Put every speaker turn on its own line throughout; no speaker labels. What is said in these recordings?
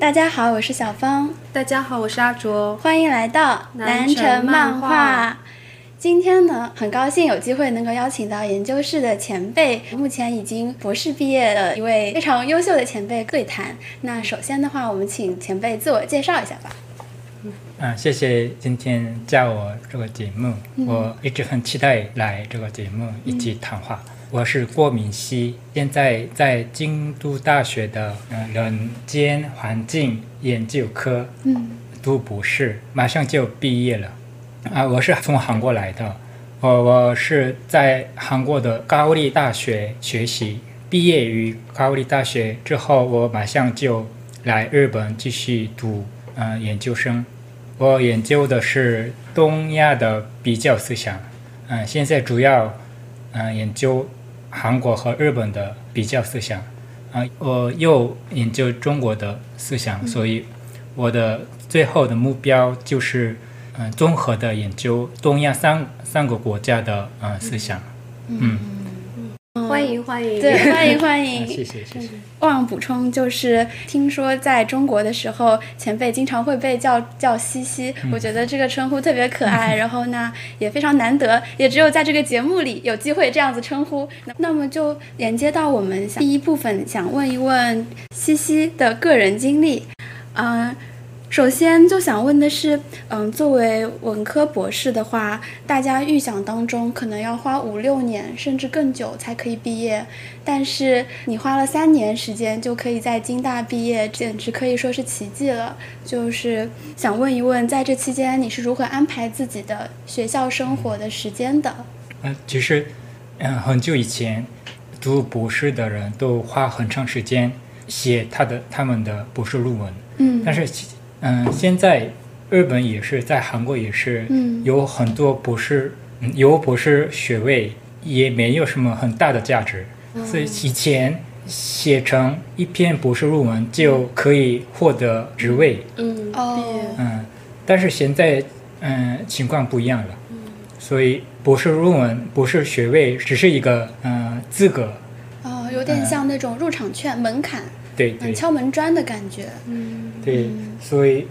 大家好，我是小芳，
大家好，我是阿卓。
欢迎来到
南
南城
城漫
漫
画
画。今天呢，很高兴有机会能够邀请到研究室的前辈，目前已经博士毕业的一位非常优秀的前辈对谈。那首先的话，我们请前辈自我介绍一下 吧。
嗯，谢谢今天叫我这个节目，我一直很期待来这个节目以及谈话。我是郭明熙，现在在京都大学的呃人间环境研究科
嗯
读博士，马上就毕业了。啊，我是从韩国来的，我我是在韩国的高丽大学学习，毕业于高丽大学之后，我马上就来日本继续读呃研究生。我研究的是东亚的比较思想，嗯、现在主要嗯、呃研究韩国和日本的比较思想，啊、我又研究中国的思想，所以我的最后的目标就是，嗯、综合的研究东亚三三个国家的呃思想。嗯，
欢迎欢迎，
对，欢迎欢
啊
迎。
谢谢谢谢。
忘了补充，就是听说在中国的时候，前辈经常会被叫叫西西，我觉得这个称呼特别可爱，然后呢也非常难得，也只有在这个节目里有机会这样子称呼。那那么就连接到我们想第一部分，想问一问西西的个人经历，嗯、首先就想问的是，嗯，作为文科博士的话，大家预想当中可能要花五六年甚至更久才可以毕业，但是你花了三年时间就可以在京大毕业，简直可以说是奇迹了。就是想问一问，在这期间你是如何安排自己的学校生活的时间的？
嗯，其实，嗯，很久以前，读博士的人都花很长时间写他的他们的博士论文。
嗯
但是其，嗯，现在日本也是，在韩国也是，
嗯
有很多博士，嗯有博士学位也没有什么很大的价值，
哦
所以以前写成一篇博士论文就可以获得职位，
嗯，
哦
嗯，但是现在，嗯，情况不一样了，所以博士论文、博士学位只是一个，嗯，资格，
哦，有点像那种入场券门槛，
对
嗯，
对
敲门砖的感觉。
嗯
对，所以，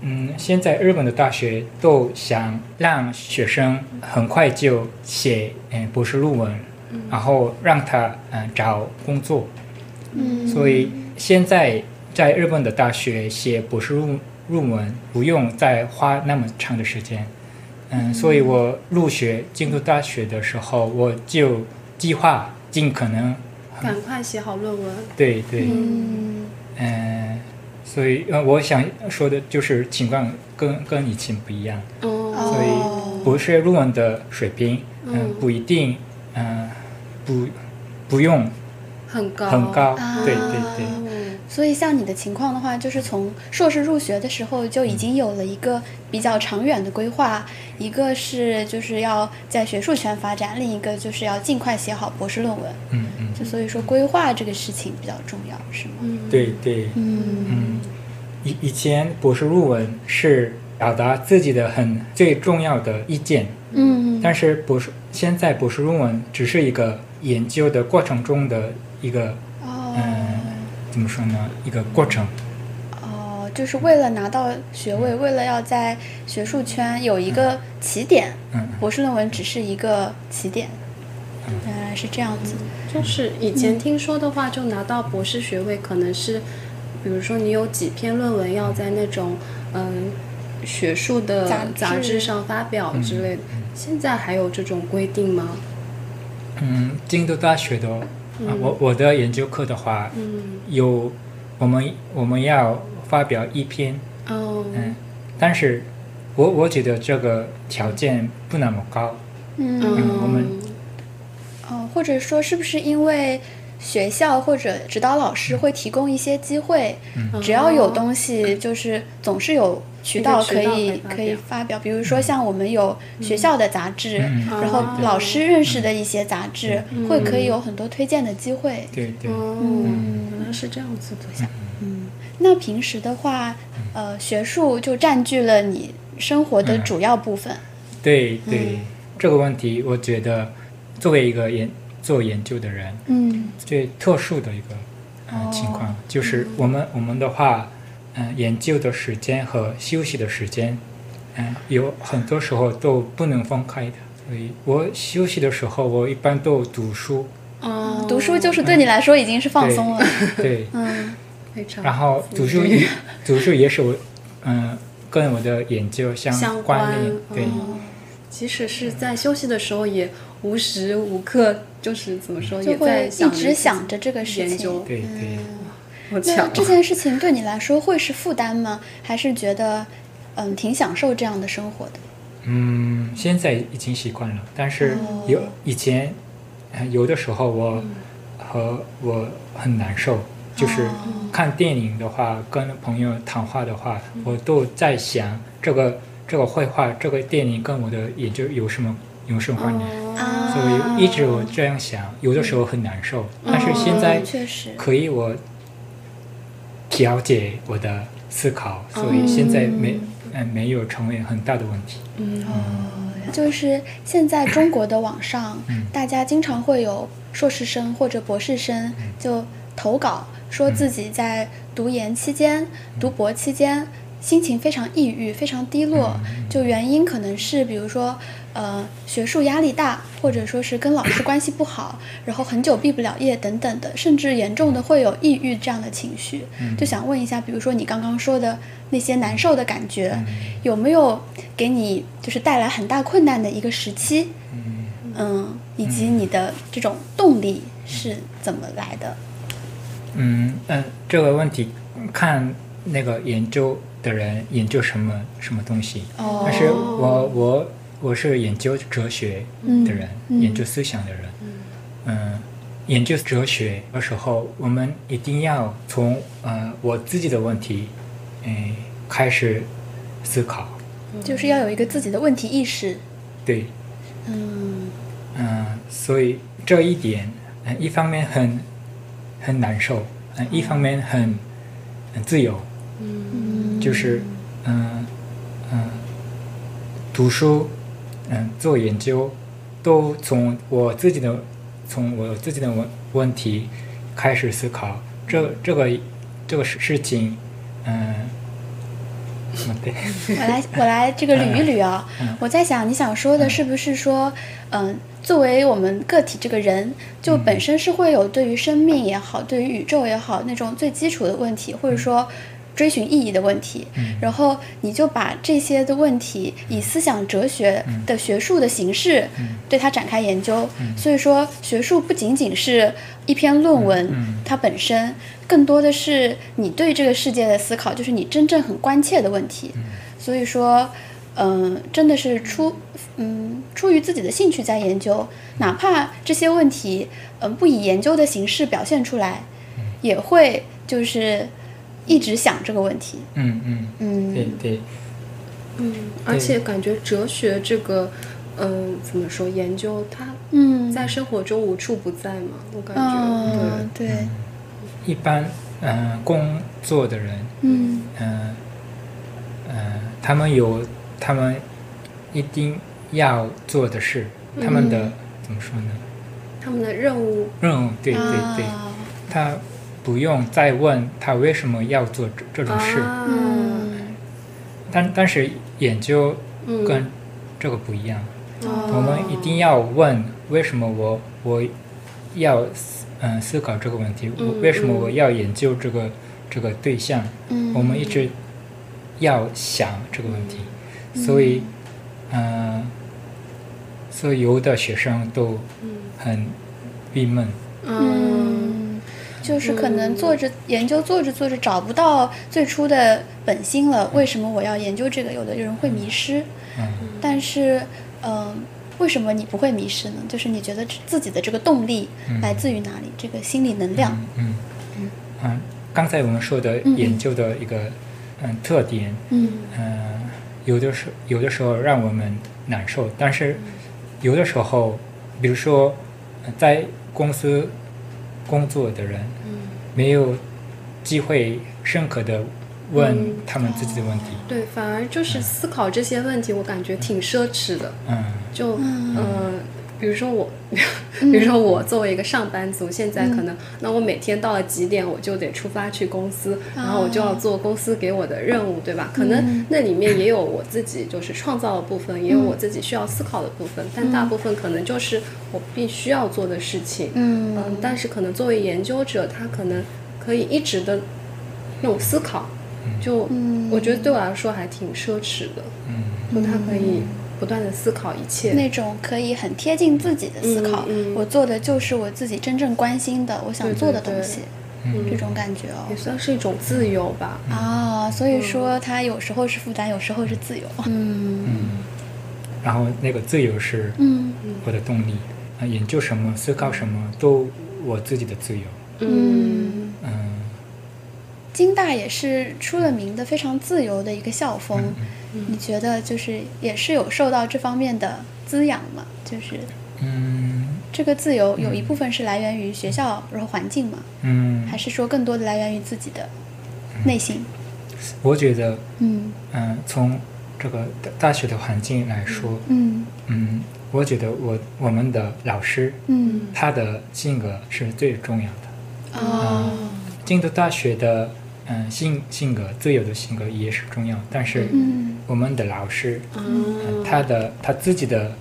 嗯，现在日本的大学都想让学生很快就写嗯博士论文，然后让他嗯找工作，
嗯，
所以现在在日本的大学写博士论论文不用再花那么长的时间。嗯，所以我入学京都大学的时候，我就计划尽可能，
赶快写好论文。
对对，
嗯
嗯，所以呃，我想说的就是情况跟跟以前不一样，
哦，
所
哦
以博士论文的水平，嗯、
嗯
不一定，嗯、不不用
很高，
很高，
啊
对对对，
嗯
所以像你的情况的话，就是从硕士入学的时候就已经有了一个比较长远的规划，一个是就是要在学术圈发展，另一个就是要尽快写好博士论文。
嗯嗯，
就所以说规划这个事情比较重要，是吗？
嗯，
对对，
嗯
嗯，以以前博士论文是表达自己的很最重要的意见，
嗯
但是博士现在博士论文只是一个研究的过程中的一个，嗯、
哦
怎么说呢，一个过程，
哦，就是为了拿到学位，为了要在学术圈有一个起点，
嗯。
博士论文只是一个起点。原来是这样子。
就是以前听说的话，就拿到博士学位，可能是，比如说你有几篇论文要在那种嗯学术的
杂志
杂志上发表之类的，现在还有这种规定吗？
嗯，京都大学的，啊、我我的研究课的话，
嗯，
有我们我们要发表一篇，
哦，
嗯，但是我我觉得这个条件不那么高，
嗯
嗯，
我们
哦，或者说是不是因为学校或者指导老师会提供一些机会，
嗯
只要有东西，就是总是哦有渠道
一个
可
渠道
以可
可以发表
以发表。比如说像我们有学校的杂志，
嗯
然后
哦
老师认识的一些杂志，会可以有很多推荐的机会。
对对，
哦，
嗯
原来是这样子的。
那平时的话，
嗯
呃，学术就占据了你生活的主要部分。
对
嗯
对、这个问题，我觉得作为一个研做研究的人，
嗯哦
最特殊的一个呃情况，就是我们我们的话，嗯、研究的时间和休息的时间，嗯、有很多时候都不能分开的。所以我休息的时候，我一般都读书，
哦，
读书就是对你来说已经是放松了。
对，
嗯
非常
然 后读 书也读书也是我，嗯、跟我的研究
相
相
关
关联，对。
嗯
哦即使是在休息的时候，也无时无刻就是怎么说，
就
也
会
在
一
着
直
自己
想着这个事
研
情。
究。
对对，
嗯
我
那
讲
这 件事情对你来说会是负担吗？还是觉得嗯挺享受这样的生活的？
嗯，现在已经习惯了，但是有、以前呃有的时候我和我很难受，就是看电影的话，跟朋友谈话的话，我都在想这个这个绘画、这个电影跟我的研究有什么有什么关联，
哦
啊
所以一直我这样想，有的时候很难受，但是现在
嗯确实
可以我调节我的思考，所以现在没嗯没有成为很大的问题。
嗯哦
就是现在中国的网上
嗯，
大家经常会有硕士生或者博士生就投稿，说自己在读研期间、读博期间心情非常抑郁、非常低落，就原因可能是比如说。呃，学术压力大，或者说是跟老师关系不好，然后很久毕不了业等等的，甚至严重的会有抑郁这样的情绪。就想问一下，比如说你刚刚说的那些难受的感觉，有没有给你就是带来很大困难的一个时期？嗯，以及你的这种动力是怎么来的？
嗯嗯，这个问题看那个研究的人研究什么什么东西。
哦
但嗯是我我我是研究哲学的人，研究思想的人。嗯，研究哲学的时候，我们一定要从呃我自己的问题，嗯、开始思考。
就是要有一个自己的问题意识。
对，
嗯
嗯，所以这一点，嗯，一方面很很难受，嗯，一方面很很自由，
嗯，
就是嗯嗯，读书，嗯，做研究，都从我自己的从我自己的问问题开始思考，这这个这个事事情，嗯，嗯对，
我来我来这个捋一捋啊。
嗯
我在想，你想说的是不是说，嗯、作为我们个体这个人，
嗯
就本身是会有对于生命也好，对于宇宙也好那种最基础的问
嗯
题，或者说。追寻意义的问题，然后你就把这些的问题以思想哲学
嗯
的学术的形式对它展开研究。所以说，学术不仅仅是一篇论文，
嗯
它本身更多的是你对这个世界的思考，就是你真正很关切的问题。
嗯
所以说，嗯、真的是出嗯出于自己的兴趣在研究，哪怕这些问题嗯、不以研究的形式表现出来，
嗯
也会就是一直想这个问题。
嗯嗯，对
嗯，
对，
嗯，而
对
且感觉哲学这个，嗯，怎么说研究它
嗯，
在生活中无处不在嘛，我感觉
嗯，对，
一般嗯、工作的人。
嗯
嗯，嗯，他们有他们一定要做的事，他
嗯
们的、怎么说呢？
对他们的任务，
任务，对对对，
啊
他不用再问他为什么要做这这种事，
啊，
嗯
但但是研究
嗯
跟这个不一样，
嗯
哦
我们一定要问为什么我我要思嗯思考这个问题，我
嗯
为什么
嗯
我要研究这个这个对象？
嗯，
我们一直要想这个问题，所以，嗯、所以有的学生都很郁闷，
嗯
嗯，就是可能做
嗯
着研究做着做着找不到最初的本心了，为什么我要研究这个？有的人会迷失，
嗯
但是，嗯、为什么你不会迷失呢？就是你觉得自己的这个动力
嗯
来自于哪里？这个心理能量，
嗯嗯，刚才我们说的
嗯嗯
研究的一个嗯特点，
嗯
嗯、有的时有的时候让我们难受，但是
嗯
有的时候，比如说呃在公司工作的人，
嗯
没有机会深刻的问
嗯
他们自己的问题，
对，反而就是
哦
思考这些问题，我感觉挺奢侈的。
嗯
就
嗯
呃，比如说我， 比如说我作为一个上班族，现在可
嗯
能那我每天到了几点我就得出发去公司，然后我就
哦
要做公司给我的任务，对吧？可
嗯
能那里面也有我自己就是创造的部分，也有我自己需要思考的部分，但大部分可能就是我必须要做的事情。
嗯
嗯，但是可能作为研究者，他可能可以一直的那种思考，就我觉得
嗯
对我来说还挺奢侈的，
嗯
就他可以不断的思考一切。
嗯那种可以很贴近自己的思考，
嗯嗯
我做的就是我自己真正关心的，我想
对
做的东
对对嗯
西，
嗯
这种感觉哦
也。算是一种自由吧。
啊，所以
嗯
说它有时候是负担，有时候是自由。嗯
然后那个自由是
嗯
我的动力，啊，研究什么、思考什么都我自己的自由。
嗯，
嗯，
金大也是出了名的非常自由的一个校风，你觉得就是也是有受到这方面的滋养吗？就是
嗯
这个自由有一部分是来源于学校然后环境嘛，
嗯
还，是说更多的来源于自己的内心？
我觉得，
嗯
嗯，从这个大大学的环境来说，
嗯
嗯，我觉得我我们的老师
嗯
他的性格是最重要的。
哦
京都大学的嗯性性格、自由的性格也是重要，但是
嗯
我们的老师，嗯
嗯
他的他自己的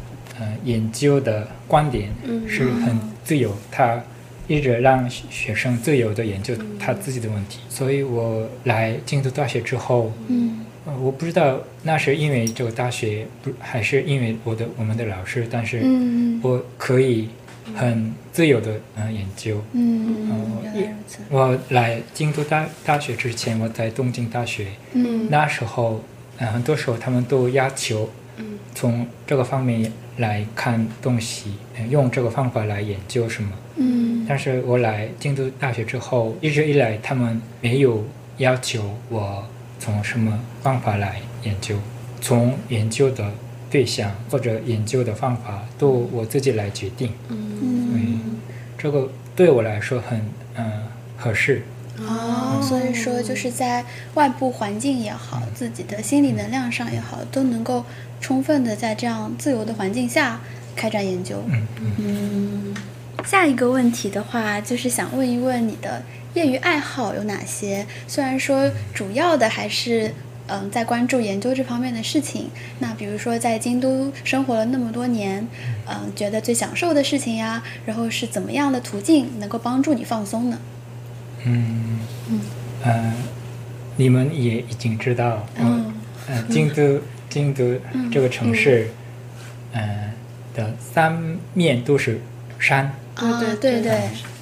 嗯研究的观点
嗯
是很自由，他一直让学学生自由的研究他自己的问题。所以我来京都大学之后，
嗯
呃我不知道那是因为这个大学不还是因为我的我们的老师，但是
嗯
我可以很自由的嗯研究。
嗯
哦，
原来如此。
我来京都大大学之前，我在东京大学，
嗯
那时候，嗯、很多时候他们都要求
嗯
从这个方面来看东西，呃用这个方法来研究什么。
嗯
但是我来京都大学之后，一直以来他们没有要求我从什么方法来研究，从研究的对象或者研究的方法都我自己来决定，
嗯
嗯
这个对我来说很嗯、呃合适。
哦，所以说就是在外部环境也好，自己的心理能量上也好，都能够充分的在这样自由的环境下开展研究。
嗯嗯
嗯，下一个问题的话，就是想问一问你的业余爱好有哪些？虽然说主要的还是嗯在关注研究这方面的事情，那比如说在京都生活了那么多年，嗯，觉得最享受的事情呀，然后是怎么样的途径能够帮助你放松呢？
嗯
嗯
呃，你们也已经知道，嗯、
嗯
呃，京都京都这个城市，嗯、呃、的三面都是山，
啊，
对
对对，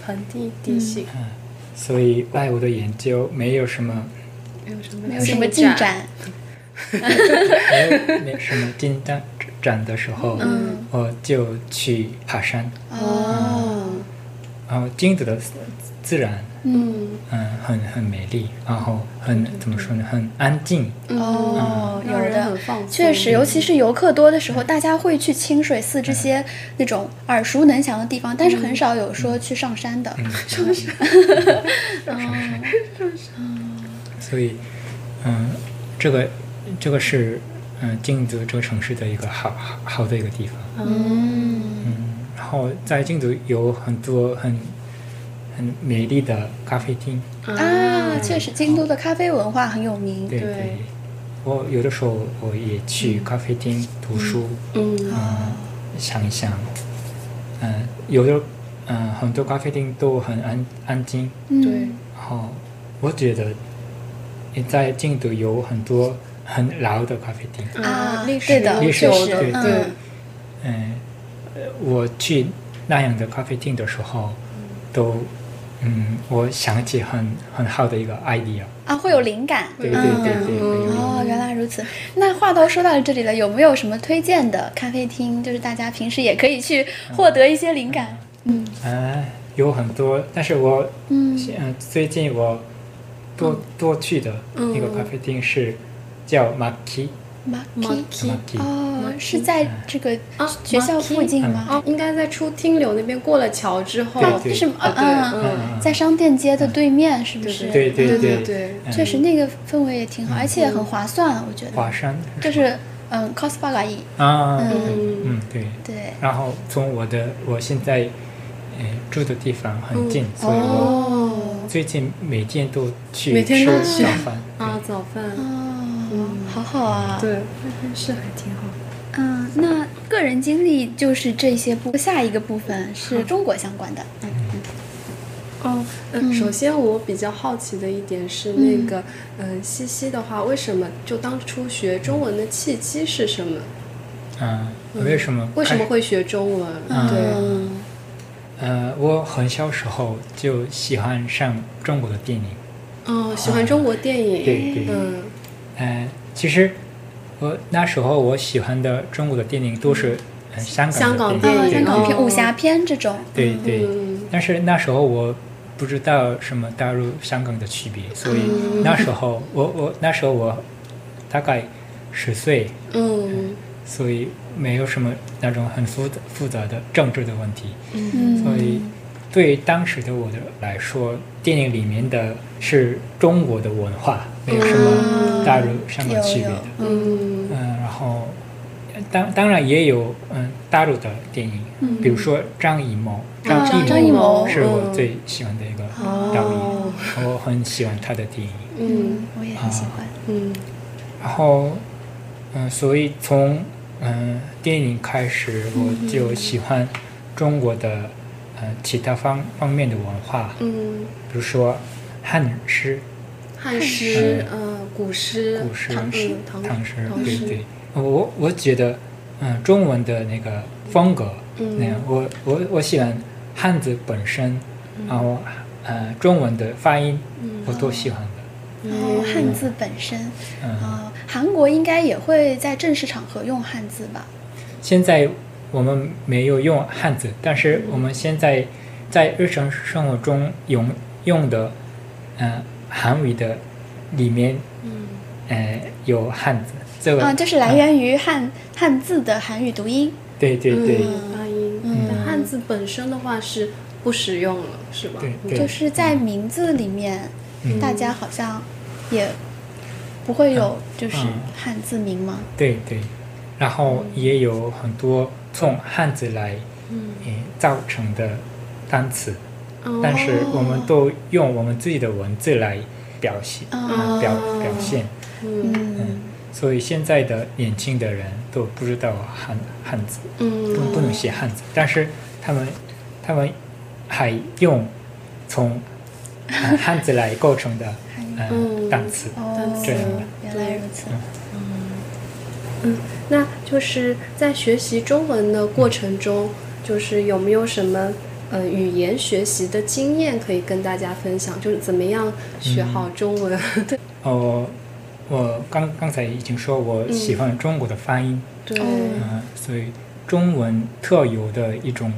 盆地地形
嗯、所以在我的研究没有什么
没有什么
没有什么进展。
没有没有什么进展展的时候，
嗯
我就去爬山。
哦，
然后京都的自然，
嗯
嗯
嗯、很很美丽，然后很怎么说呢，很安静，
哦，有
让人
的
很嗯放松
确实，尤其是游客多的时候，大家会去清水寺
嗯
这些那种耳熟能详的地方，但是
嗯
很少有
嗯
说去上山的。
上山，上山，所以，嗯，这个这个是嗯京都这个城市的一个好好好的一个地方。
嗯
嗯，然后在京都有很多很很美丽的咖啡厅，
啊，确实，京都的咖啡文化很有名。
嗯对
对
我有的时候我也去咖啡厅读书，
嗯
嗯，想一想，嗯，有的嗯很多咖啡厅都很安安静，
嗯
对
哦，我觉得你在印度有很多很老的咖啡厅，
啊
历史
对的
悠
历史
久
是
的
对
对
嗯，
嗯，呃我去那样的咖啡厅的时候，都嗯，我想起很很好的一个 idea，
啊，会有灵感。
对对
嗯
对对，
嗯
会有
哦，原来如此。那话都说到这里了，有没有什么推荐的咖啡厅？就是大家平时也可以去获得一些灵感。嗯
嗯，有很多，但是我
嗯
嗯最近我多
嗯
多去的一个咖啡厅是叫 Maki
，Maki。
Maki，
哦，
Maki
是在这个
嗯啊
学校附
嗯
近吗？
哦，应该在出汀流那边过了桥之后，
对
是吗？
啊
啊，
对
嗯
嗯
嗯
在商店街的对面，是不是？
对对
对
对
对，
嗯
确实那个氛围也挺好，而且也很划算，我觉得。
华山
就是嗯 c o s p a l a i
啊，
嗯
嗯，对。
对，
然后从我的我现在呃住的地方很近，
嗯
所以我
哦
最近每天都去
每天都
吃
去
早饭。
啊，早饭，
哦，
嗯
好好啊。
对，是还挺好的。
嗯，那个人经历就是这些部，下一个部分是中国相关的。嗯
哦，
嗯
嗯，首先我比较好奇的一点是那个，嗯，西西的话，为什么就当初学中文的契机是什么？
嗯，为什么？哎啊
为什么？会学中文？对，
嗯
呃，我很小时候就喜欢上中国的电影。
哦，喜欢中国电影，
对对
嗯，
呃，其实我那时候我喜欢的中国的电影都是、呃、香
香港
港的
电
影。
啊
影
香港片、
哦
武侠片这种。
对
嗯
对、
嗯
但是那时候我不知道什么大陆、香港的区别，所以那时候我我那时候我大概十岁，
嗯
所以没有什么那种很复杂复杂的政治的问题，
嗯，
所以对于当时的我的来说，电影里面的是中国的文化，没有什么
啊
大陆、香港区别的。
有有
嗯
嗯，然后当当然也有嗯大陆的电影，比如说张艺谋，
啊
嗯哦张
张
艺
艺
谋
谋
是我
嗯
最喜欢的一个导演，
哦，
我很喜欢他的电影。
嗯
嗯，我也很喜
啊
欢。
嗯
然后，嗯、所以从嗯、电影开始，我就喜欢中国的呃其他方方面的文化，
嗯，
比如说汉诗、
汉诗，嗯，古诗，
古诗、
唐诗，唐
唐诗，
唐
对
诗
对。呃我我觉得，嗯、中文的那个风格，
嗯
那样我我我喜欢汉字本身，
嗯
然后呃中文的发音，我都喜欢的，
然
嗯
后哦汉字本身，
嗯。
啊，韩国应该也会在正式场合用汉字吧？
现在我们没有用汉字，但是
嗯
我们现在在日常生活中用用的，嗯、韩语的里面，
嗯
呃，有汉字。这个、
啊，就是来源于汉汉字的韩语读音。
对对对、
嗯发音。
嗯
但汉字本身的话是不实用了，是吧？
对对，
就是在名字里面，
嗯
大家好像也不会有就是
嗯
汉字名吗？
对对。然后也有很多从汉字来、
嗯，
呃、造成的单词，
哦
但是我们都用我们自己的文字来表现，
哦
表表现。
嗯
嗯，
所以现在的年轻的人都不知道汉汉字，不
嗯
不能写汉字，但是他们他们还用从、呃汉字来构成的呃
嗯
单词，
哦，
这样的
原来如此。
嗯，那就是在学习中文的过程中，就是有没有什么呃语言学习的经验可以跟大家分享？就是怎么样学好中文？对
哦，我刚刚才已经说我喜欢中国的发音，
对，
哦
嗯、所以中文特有的一种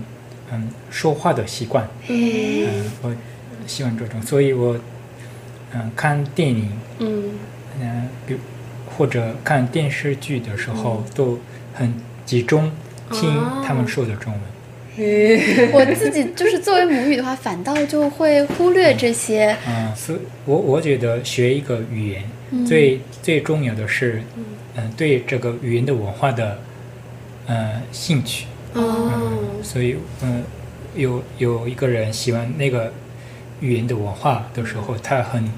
嗯说话的习惯，
嗯
嗯、我喜欢这种，所以我嗯、看电影。
嗯
嗯，比如或者看电视剧的时候、都很集中听他们说的中文。
嗯
我自己就是作为母语的话，反倒就会忽略这些。
嗯，所以我我觉得学一个语言、最最重要的是，嗯、对这个语言的文化的呃兴趣。
哦
所以，嗯、有有一个人喜欢那个语言的文化的时候，他很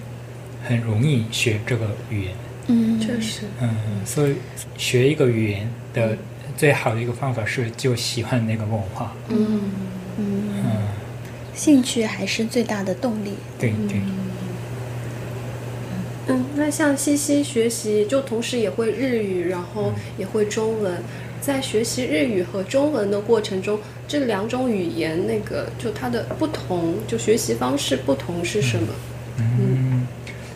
很容易学这个语言。
嗯，
确实，
嗯，所以学一个语言的最好的一个方法是就喜欢那个文化。
嗯
嗯，
嗯，
兴趣还是最大的动力。
对对，
嗯，那像西西学习就同时也会日语，然后也会中文。在学习日语和中文的过程中，这两种语言那个就它的不同，就学习方式不同是什么？
嗯，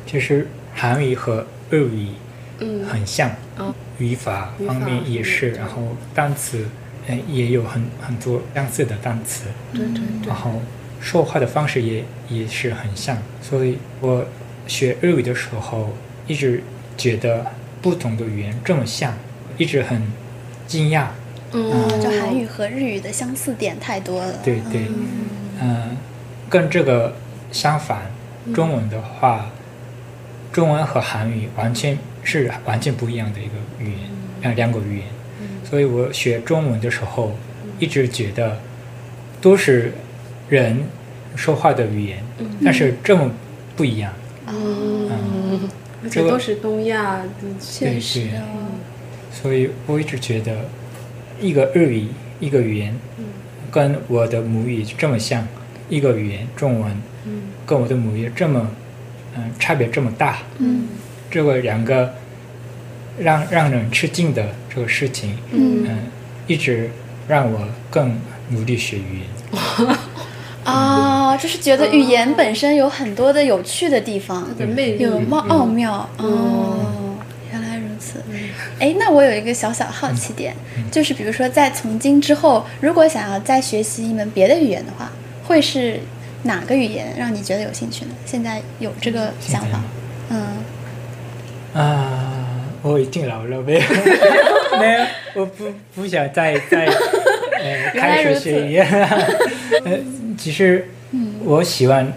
其实韩语和日语
嗯
很像，
哦
语法
语法
方面也是，
嗯
然后单词，嗯，也有很很多相似的单词，
对对对
然，后说话的方式也也是很像，所以我学日语的时候一直觉得不同的语言这么像，一直很惊讶。
嗯，
哦啊就韩语和日语的相似点太多了。
对对，嗯嗯、跟这个相反，中文的话，中文和韩语完全是完全不一样的一个语言，两两个语言。所以我学中文的时候，一直觉得都是人说话的语言，但是这么不一样。
啊
嗯，而且都是东亚，
确实
嗯
哦，
所以我一直觉得，一个日语一个语言，跟我的母语这么像，一个语言中文
嗯
跟我的母语这么，嗯、差别这么大，
嗯
这个两个让让人吃惊的这个事情，
嗯
嗯、一直让我更努力学语言。
啊，就是觉得语言本身有很多的有趣的地方，
的魅力
有奥奥妙哦
嗯。
原来如此，哎，那我有一个小小好奇点，就是比如说在从今之后，如果想要再学习一门别的语言的话，会是哪个语言让你觉得有兴趣呢？现在有这个想法？嗯，
啊，我已经老了， 没有，没有，我不不想再再 呃开始学语言。 呃，其实我喜欢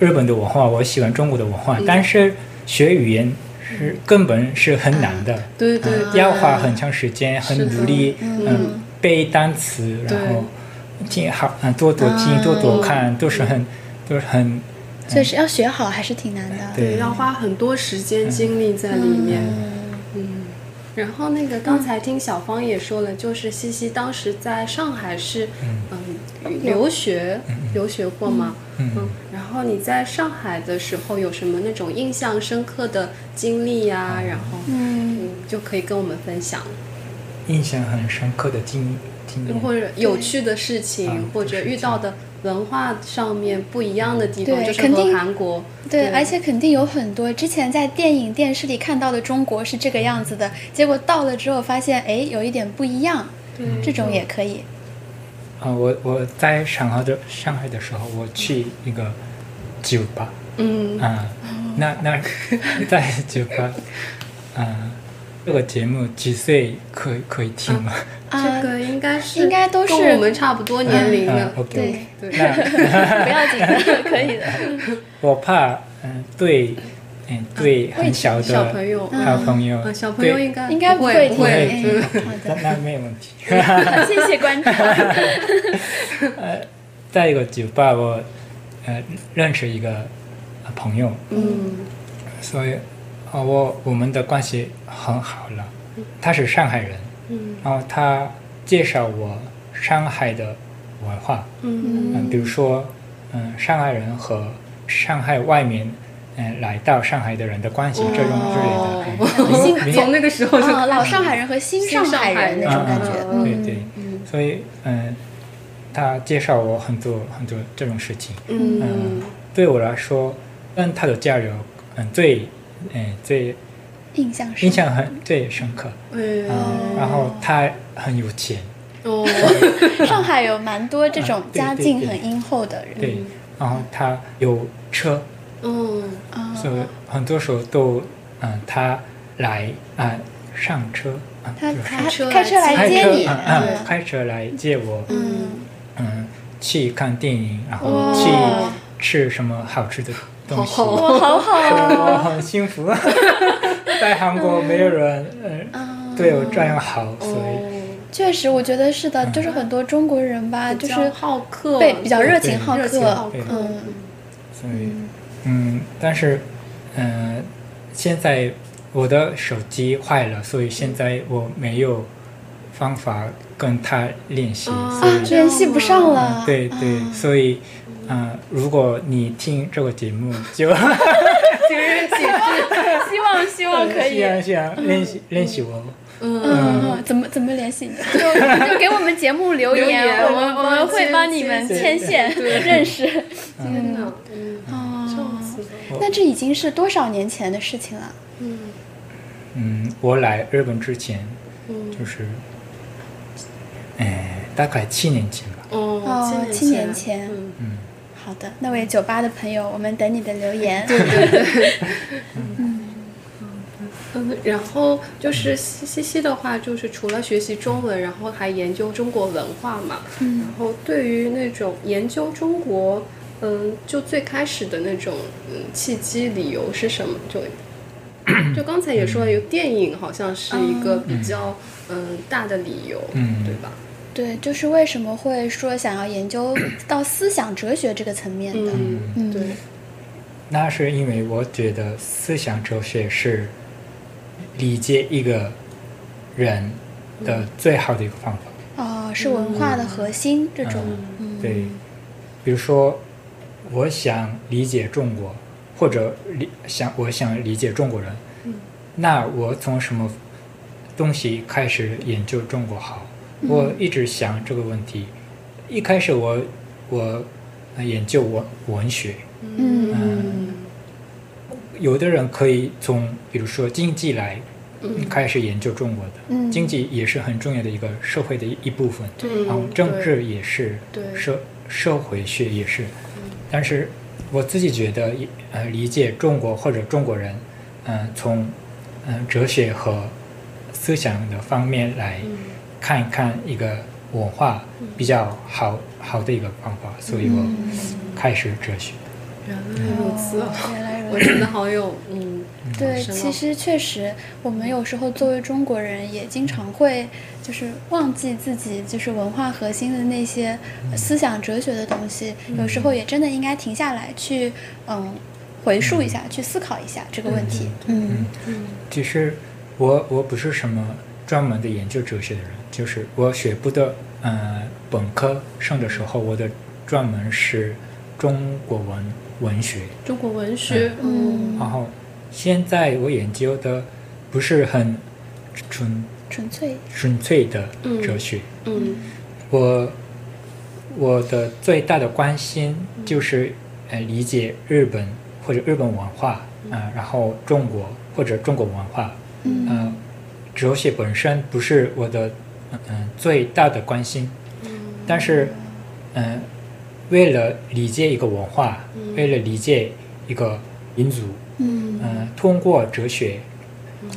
日本的文化，我喜欢中国的文化，但是学语言是根本是很难的，
对对
呃要花很长时间，很努力，嗯、背单词，
对
然后听好，嗯，多多听，多多看，都是
啊
很都是很
所以是要学好还是挺难的。
对
对，要花很多时间精力在里面。嗯，然后那个刚才听小芳也说了，就是西西当时在上海是嗯留学留学过嘛，
嗯
嗯，然后你在上海的时候有什么那种印象深刻的经历呀？然后
嗯
嗯，就可以跟我们分享，
印象很深刻的经经验。
或者有趣的事情
嗯，
或者遇到的文化上面不一样的地方，
对
就是
肯定
和韩国
对，而且肯定有很多之前在电影、电视里看到的中国是这个样子的，结果到了之后发现，哎，有一点不一样，这种也可以。
啊、我我在上海的上海的时候，我去一个酒吧，
嗯
啊、那那 在酒吧，啊、这个节目几岁可以可以听吗？
啊
这个应该是
应该都是
跟我们差不多年龄的
啊，，OK，
对，
对
那
不要紧 的，可以的。
我怕嗯、对嗯对很小的
啊小朋友
小朋友
啊，小朋友
对
应该
应该
不
会
不
听，
会，
会
哎
那
好
那没问题。
的，谢谢 观察。
呃在一个酒吧，我呃认识一个呃朋友，
嗯
所以啊、我我们的关系很好了。他是上海人，
嗯
然后他介绍我上海的文化，
嗯
嗯、比如说，嗯、上海人和上海外面，嗯、来到上海的人的关系这种之类的。嗯
哦 从那个时候就
啊，老上海人和新上海人那种感觉，
嗯
嗯
啊对对，所以嗯、他介绍我很多很多这种事情，
嗯
对我来说，跟他的交流，嗯，最，嗯、最
印象深
印。象很最深刻。
哦
哎
嗯，然后他很有钱，
嗯
哦
上海有蛮多这种
啊对
家
对
境
对
很殷厚的人，
对，然后他有车，
嗯
啊，
所以很多时候都，嗯，他来啊、上车，啊、
他
就是
他
车
开车
来
来
开
接
车，
你，
嗯嗯，
啊
开车来接我，
嗯
嗯，去看电影，然后去
哇
吃什么好吃的东西，
好
哇，好好
我
哦。
很幸福。啊 在韩国没有人，
啊
嗯，对我这样好，所以
哦，
确实，我觉得是的，就是很多中国人吧，啊
比
就
较
是
好客，
对比较热
对
情好
热情好
客，
客，
嗯
所以，嗯，但是，嗯、现在我的手机坏了，所以现在我没有方法跟他练习，
哦
所以
啊，联系不上了，
对对，
啊
所以，嗯、如果你听这个节目，就
情人节，
希望希望 可 以，
啊
想想练习练习我，
嗯，
嗯，怎么怎么联系你？ 就就给我们节目留
留言
言，我们
我
我
们
们会
牵
帮你
牵
们
线
牵线
对
认识。
天哪，嗯，这
哦
样，子的，
那这已经是多少年前的事情了？
嗯
嗯，我来日本之前
嗯，
就是，哎、大概七年前吧，
哦
哦，七
七
年前
嗯
嗯，
好的，那位酒吧的朋友，我们等你的留言。
嗯，然后就是西西西的话，就是除了学习中文，然后还研究中国文化嘛。
嗯
然后对于那种研究中国嗯，就最开始的那种嗯契机理由是什么？就就刚才也说了，有电影好像是一个比较嗯大的理由，
嗯
对吧？
对，就是为什么会说想要研究到思想哲学这个层面的？
嗯，对，
那是因为我觉得思想哲学是理解一个人的最好的一个方法。
哦，是文化的核心、这种。嗯，
对，比如说，我想理解中国，或者理想我想理解中国人，那我从什么东西开始研究中国好？我一直想这个问题。一开始我我呃研究文文学，
嗯
嗯
有的人可以从比如说经济来
嗯
开始研究中国的，
嗯
经济也是很重要的一个社会的一一部分。
嗯对
然后啊政治也是，
对嗯
社社会学也是，但是我自己觉得，呃，理解中国或者中国人，嗯、从嗯、呃哲学和思想的方面来
嗯
看一看一个文化比较好好的一个方法，所以
嗯
我开始哲学。
原来如此，
哦原来如此
我。真的好有嗯
对，
是吗
其实确实，我们有时候作为中国人，也经常会就是忘记自己就是文化核心的那些呃思想哲学的东西，有时候也真的应该停下来去嗯回溯一下，去思考一下这个问题。嗯
其实我我不是什么专门的研究哲学的人，就是我学部的呃本科上的时候，我的专门是中国文文学，
中国文学，
哎
嗯
然后现在我研究的不是很纯
纯粹
纯粹的哲学，
嗯
我我的最大的关心就是呃理解日本或者日本文化啊、呃然后中国或者中国文化，
嗯
呃哲学本身不是我的嗯、呃最大的关心，但是嗯、呃为了理解一个文化，为了理解一个民族，
嗯
嗯、通过哲学，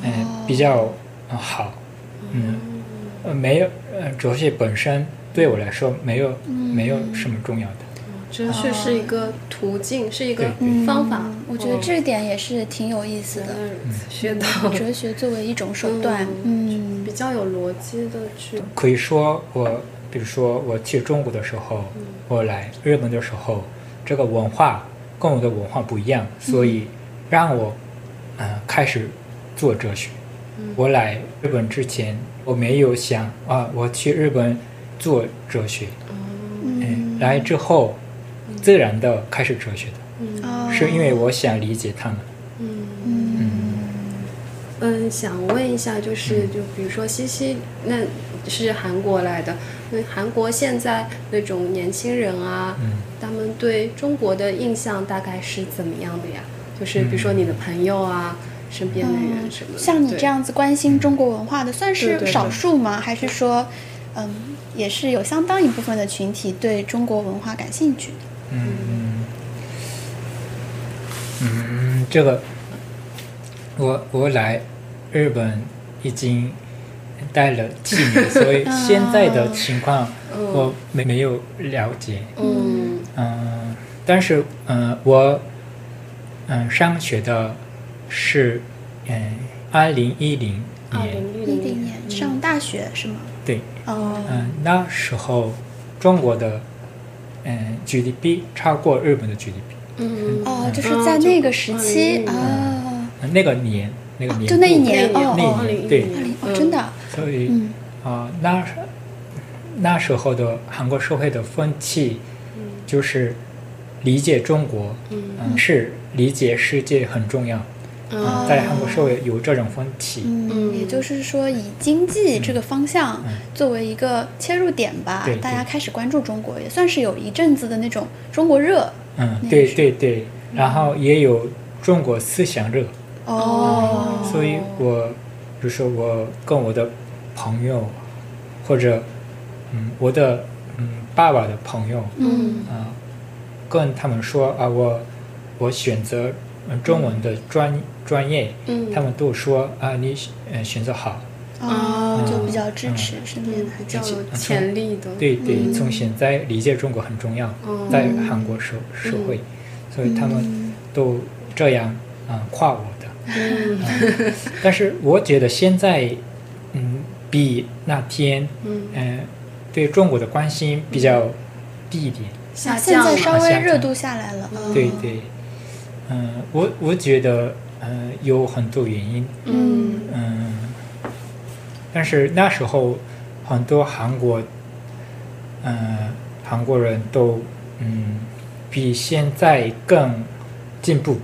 嗯、比较、呃好，嗯。呃，没有，呃，哲学本身对我来说没有、没有什么重要的，
哲学是一个途径，是一个
对
方法
嗯。我觉得这点也是挺有意思
原
的。
来如此学到
哲学作为一种手段，嗯
比较有逻辑的去，
可以说我，比如说我去中国的时候，我来日本的时候，这个文化跟我的文化不一样，所以让我，嗯、开始做哲学。我来日本之前，我没有想啊，我去日本做哲学，嗯，来之后，自然的开始哲学的，
哦
是因为我想理解他们。
嗯，想问一下，
嗯
就是就比如说西西，那是韩国来的，那韩国现在那种年轻人啊，
嗯
他们对中国的印象大概是怎么样的呀？就是比如说你的朋友啊，身边的人什么
嗯
的，
像你
嗯对
这，样子关心中国文化的，算
对
是
对对
少数吗？还是说，嗯，也是有相当一部分的群体对中国文化感兴趣的？
嗯，嗯，这个我我来日本已经待了七年，所以现在的情况
嗯
我没没有了解。
嗯
嗯，但是嗯、呃我嗯、上学的是嗯二零一零
二
年，
零一
一
零
零年上大学是吗？
对，
哦，
嗯，那时候中国的嗯 GDP 超过日本的 GDP，
嗯
哦，就是在那个时期
嗯
啊，
呃那个年那个
哦
年、
就那一
那
年
一
哦
年
哦，
二零一
对
二
零
零哦，真的啊，
所以
嗯
啊、那时那时候的韩国社会的风气，就是理解中国，嗯、是理解世界很重要。
嗯
在韩国社会有这种风气，
嗯，也就是说以经济这个方向
嗯
作为一个切入点吧
对，对
大家开始关注中国，也算是有一阵子的那种中国热
嗯，
那
对
是
对对，然后也有中国思想热，
哦，
所以我，比如说我跟我的朋友，或者嗯我的嗯爸爸的朋友，
嗯
啊，跟他们说啊，我我选择嗯呃中文的专专业，
嗯
他们都说啊，你选呃选择好，
哦，就比较支持身边的孩
比较
子。
有潜力的。
对对，从现在理解中国很重要，
嗯
在韩国社社会，所以他们都这样啊、跨我的。
嗯
啊
但是我觉得现在，嗯，比那天，
嗯
嗯、对中国的关心比较低一点。
啊
下
现
降
在
了，
稍微
下降
热度下来了，
嗯
对对，嗯、我我觉得，嗯、有很多原因，
嗯
嗯，但是那时候很多韩国，嗯，韩国人都嗯比现在更进步，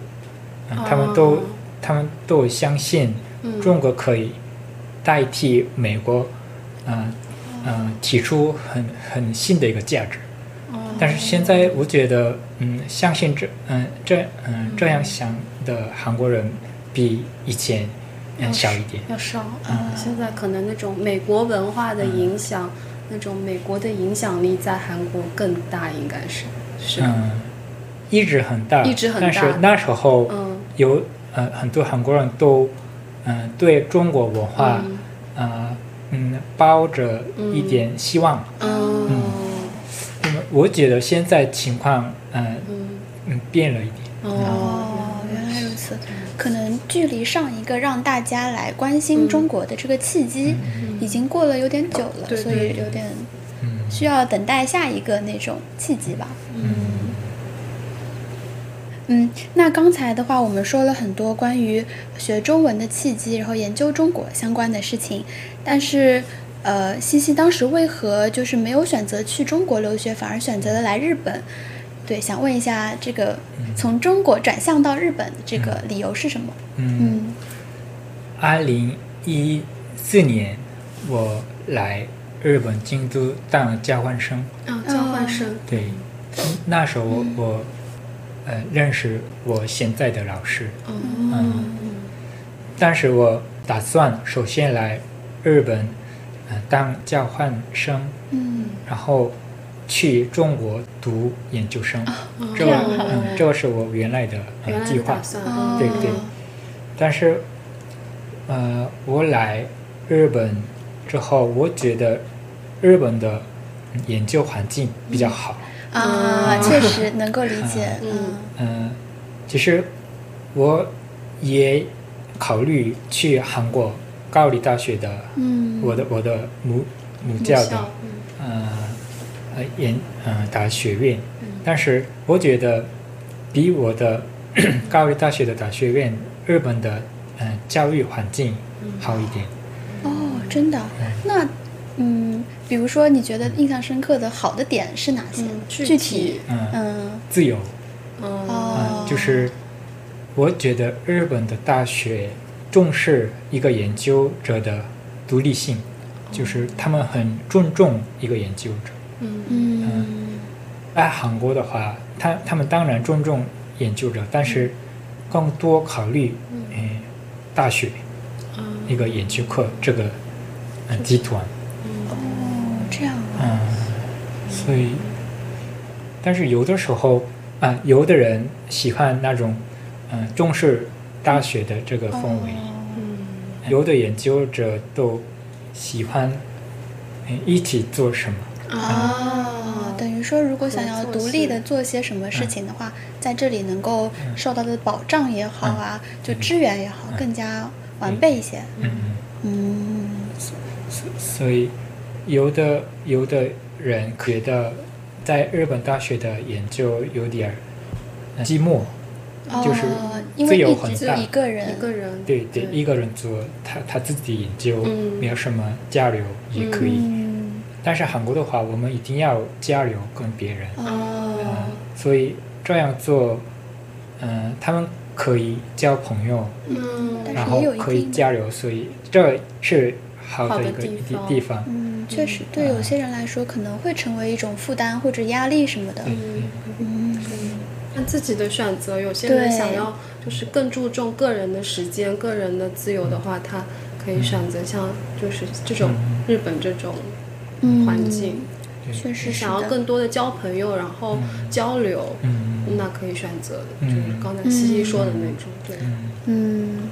嗯他们都、
哦
他们都相信
嗯
中国可以代替美国，嗯嗯，提出很很新的一个价值。
哦
但是现在我觉得，嗯，相信这，嗯，这，嗯，这样想的韩国人比以前，嗯，少一点。
要少啊
嗯。
现在可能那种美国文化的影响，那种美国的影响力在韩国更大，应该是是
嗯，一直很大，
一直很大
但是那时候
嗯
有、呃很多韩国人都嗯、呃对中国文化
嗯
啊嗯、抱着一点希望。
哦
嗯我觉得现在情况嗯
嗯
嗯变了一点。
哦
哦，原来如此。
嗯
可能距离上一个让大家来关
嗯
心中国的这个契机，已经过了有点久了，
对
所
对
以有点
嗯
需要等待下一个那种契机吧。
嗯
嗯，那刚才的话，我们说了很多关于学中文的契机，然后研究中国相关的事情。但是，呃，西西当时为何就是没有选择去中国留学，反而选择了来日本？对，想问一下，这个从中国转向到日本的这个理由是什么？
嗯，
嗯，
二零一四年我来日本京都当交换生。
哦，交换生
对，那时候我
嗯
我呃认识我现在的老师。
哦
但是我打算首先来日本，呃，当交换生，
嗯，
然后去中国读研究生。这
这
个，
样
嗯，这个是我原来的、
哦原
呃、
来
计
的
划
打。算
哦
对对但是，呃，我来日本之后，我觉得日本的嗯研究环境比较好。
啊，确实能够理解，
嗯
嗯、其实我也考虑去韩国高丽大学的
嗯
我的我的母母
母
教的
校嗯
呃呃研呃大学院，但是我觉得比我的 高丽大学的大学院日本的呃教育环境好一点。
哦，真的？那嗯，比如说你觉得印象深刻的好的点是哪些？
嗯
具
具
体
体
嗯、
嗯
自由，
哦
哦
嗯，，就是我觉得日本的大学重视一个研究者的独立性，就是他们很尊重一个研究者。
嗯
嗯
在韩国的话，他他们当然尊重研究者，但是更多考虑嗯、大学
嗯
一个研究课这个呃集团，
哦这样啊
嗯，所以，但是有的时候啊、有的人喜欢那种嗯、重视大学的这个氛围，
哦
嗯
有的研究者都喜欢、嗯一起做什么，
哦
啊，
等于说，如果想要
做
独
事
立的做些什么事情的
嗯
话，在这里能够受到的保障也好啊，就支援也好，更加完备一些。
嗯
嗯
所以，有的有的人觉得在日本大学的研究有点儿呃寂寞，就是
哦因为
自由
一
很
直
大
一个人
一个人
对对，一个人做他他自己研究，
嗯
没有什么交流也可以。
嗯
但是韩国的话，我们一定要交流跟别人，
哦
呃所以这样做，嗯、他们可以交朋友，
嗯
但是
然
也
后
有一
可以
定的
交流，所以这是好
好
的
的
一个
地
地
方
地方。
嗯，确实，对有些人来说可能会成为一种负担或者压力什么的。
嗯
嗯，
看自己的选择，有些
对
人想要就是更注重个人的时间、个人的自由的话，他可以选择像就是这种日本这种
嗯
环境，
对
确实是
想要
的。
更多的交朋友，然后交流，
嗯
那可以选择的，
嗯
就是刚才西西说的那种，对，
嗯，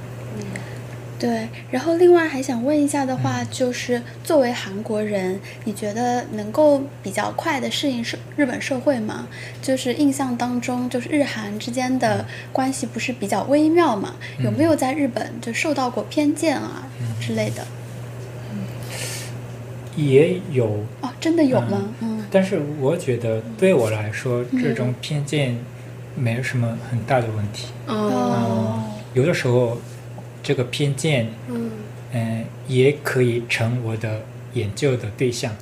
对，然后另外还想问一下的
嗯
话，就是作为韩国人，你觉得能够比较快的适应社日本社会吗？就是印象当中，就是日韩之间的关系不是比较微妙嘛？
嗯
有没有在日本就受到过偏见啊之类的？
也有，
哦，真的有吗？嗯
但是我觉得对我来说，这种偏见没有什么很大的问题。
哦，
哦，
有的时候，这个偏见，
嗯，
嗯、也可以成我的研究的对象。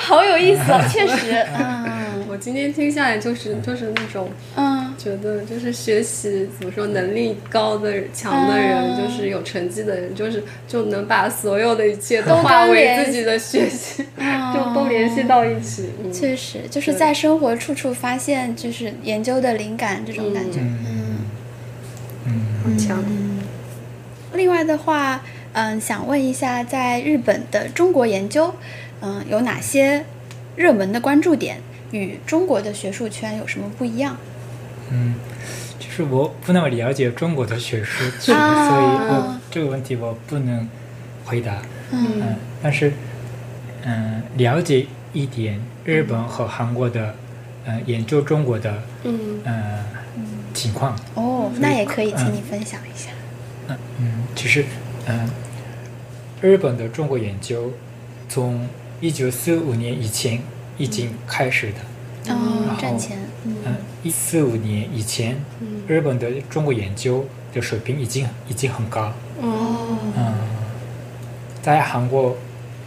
好有意思哦，确实，嗯
我今天听下来就是就是那种
嗯
觉得就是学习怎么说能力高的人强的人，
啊
就是有成绩的人，就是就能把所有的一切
都
都化
关
为
联
自己的学习，
嗯，
就都联系到一起。嗯
确实，就是
对
在生活处处发现，就是研究的灵感这种感觉。
嗯嗯，
很强。
另外的话，嗯，想问一下，在日本的中国研究，嗯，有哪些热门的关注点？与中国的学术圈有什么不一样？
嗯，就是我不那么了解中国的 学术圈，
啊
所以我这个问题我不能回答。
嗯
嗯，但是嗯，了解一点日本和韩国的，呃，研究中国的
嗯
呃情况。
哦，那也可以，
嗯
请你分享一下。
嗯，其实嗯，日本的中国研究从一九四五年以前已经开始的。
哦
然，后
赚钱，
嗯，一四五年以前，
嗯
日本的中国研究的水平已经已经很高。
哦
嗯，在韩国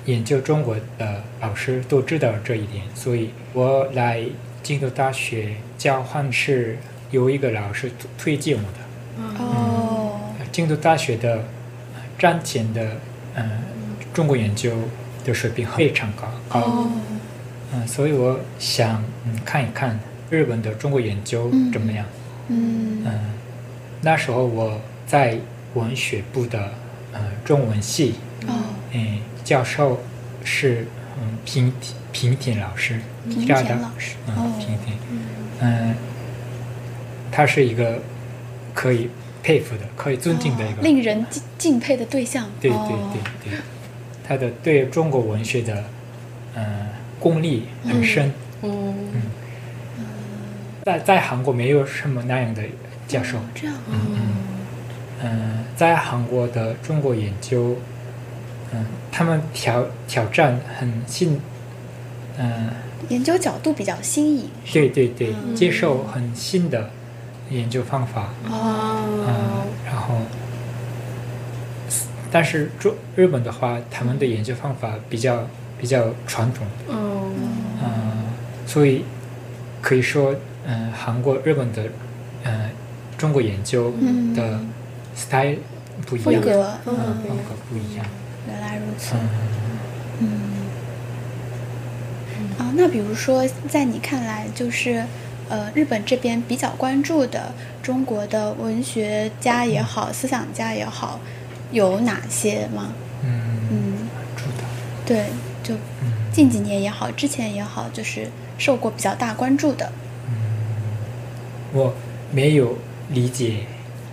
研究中国的老师都知道这一点，所以我来京都大学交换是有一个老师推推荐我的。
哦，
京都大学的呃战前的嗯、呃中国研究的水平非常高，高、
哦，
嗯，所以我想嗯看一看日本的中国研究怎么样。
嗯，
嗯，那时候我在文学部的呃中文系，
哦，
嗯，教授是嗯平平田老师，
平
加拿
田
大
老师，
嗯
哦，
平田，嗯，他是一个可以佩服的、可以尊敬的一
哦
个，
令人敬敬佩的对象。
对对
哦
对对，他的对中国文学的嗯功力很深，
嗯
在在韩国没有什么那样的教授，
这样啊，
嗯，在韩国的中国研究，嗯，他们挑挑战很新，嗯，
研究角度比较新颖。
对对对，接受很新的研究方法，嗯
哦，
然后，但是中日本的话，他们的研究方法比较比较传统，
哦
嗯，所以可以说，嗯，韩国、日本的，嗯，中国研究
嗯
的 style 不一
风
样，
格，
嗯，
嗯，
风格不一样，
原来如此，
嗯。
嗯，啊，那比如说，在你看来，就是呃，日本这边比较关注的中国的文学家也好，思想家也好，有哪些吗？
嗯，
嗯，
知道。
对，就
嗯
近几年也好，之前也好，就是受过比较大关注的，
我没有理解，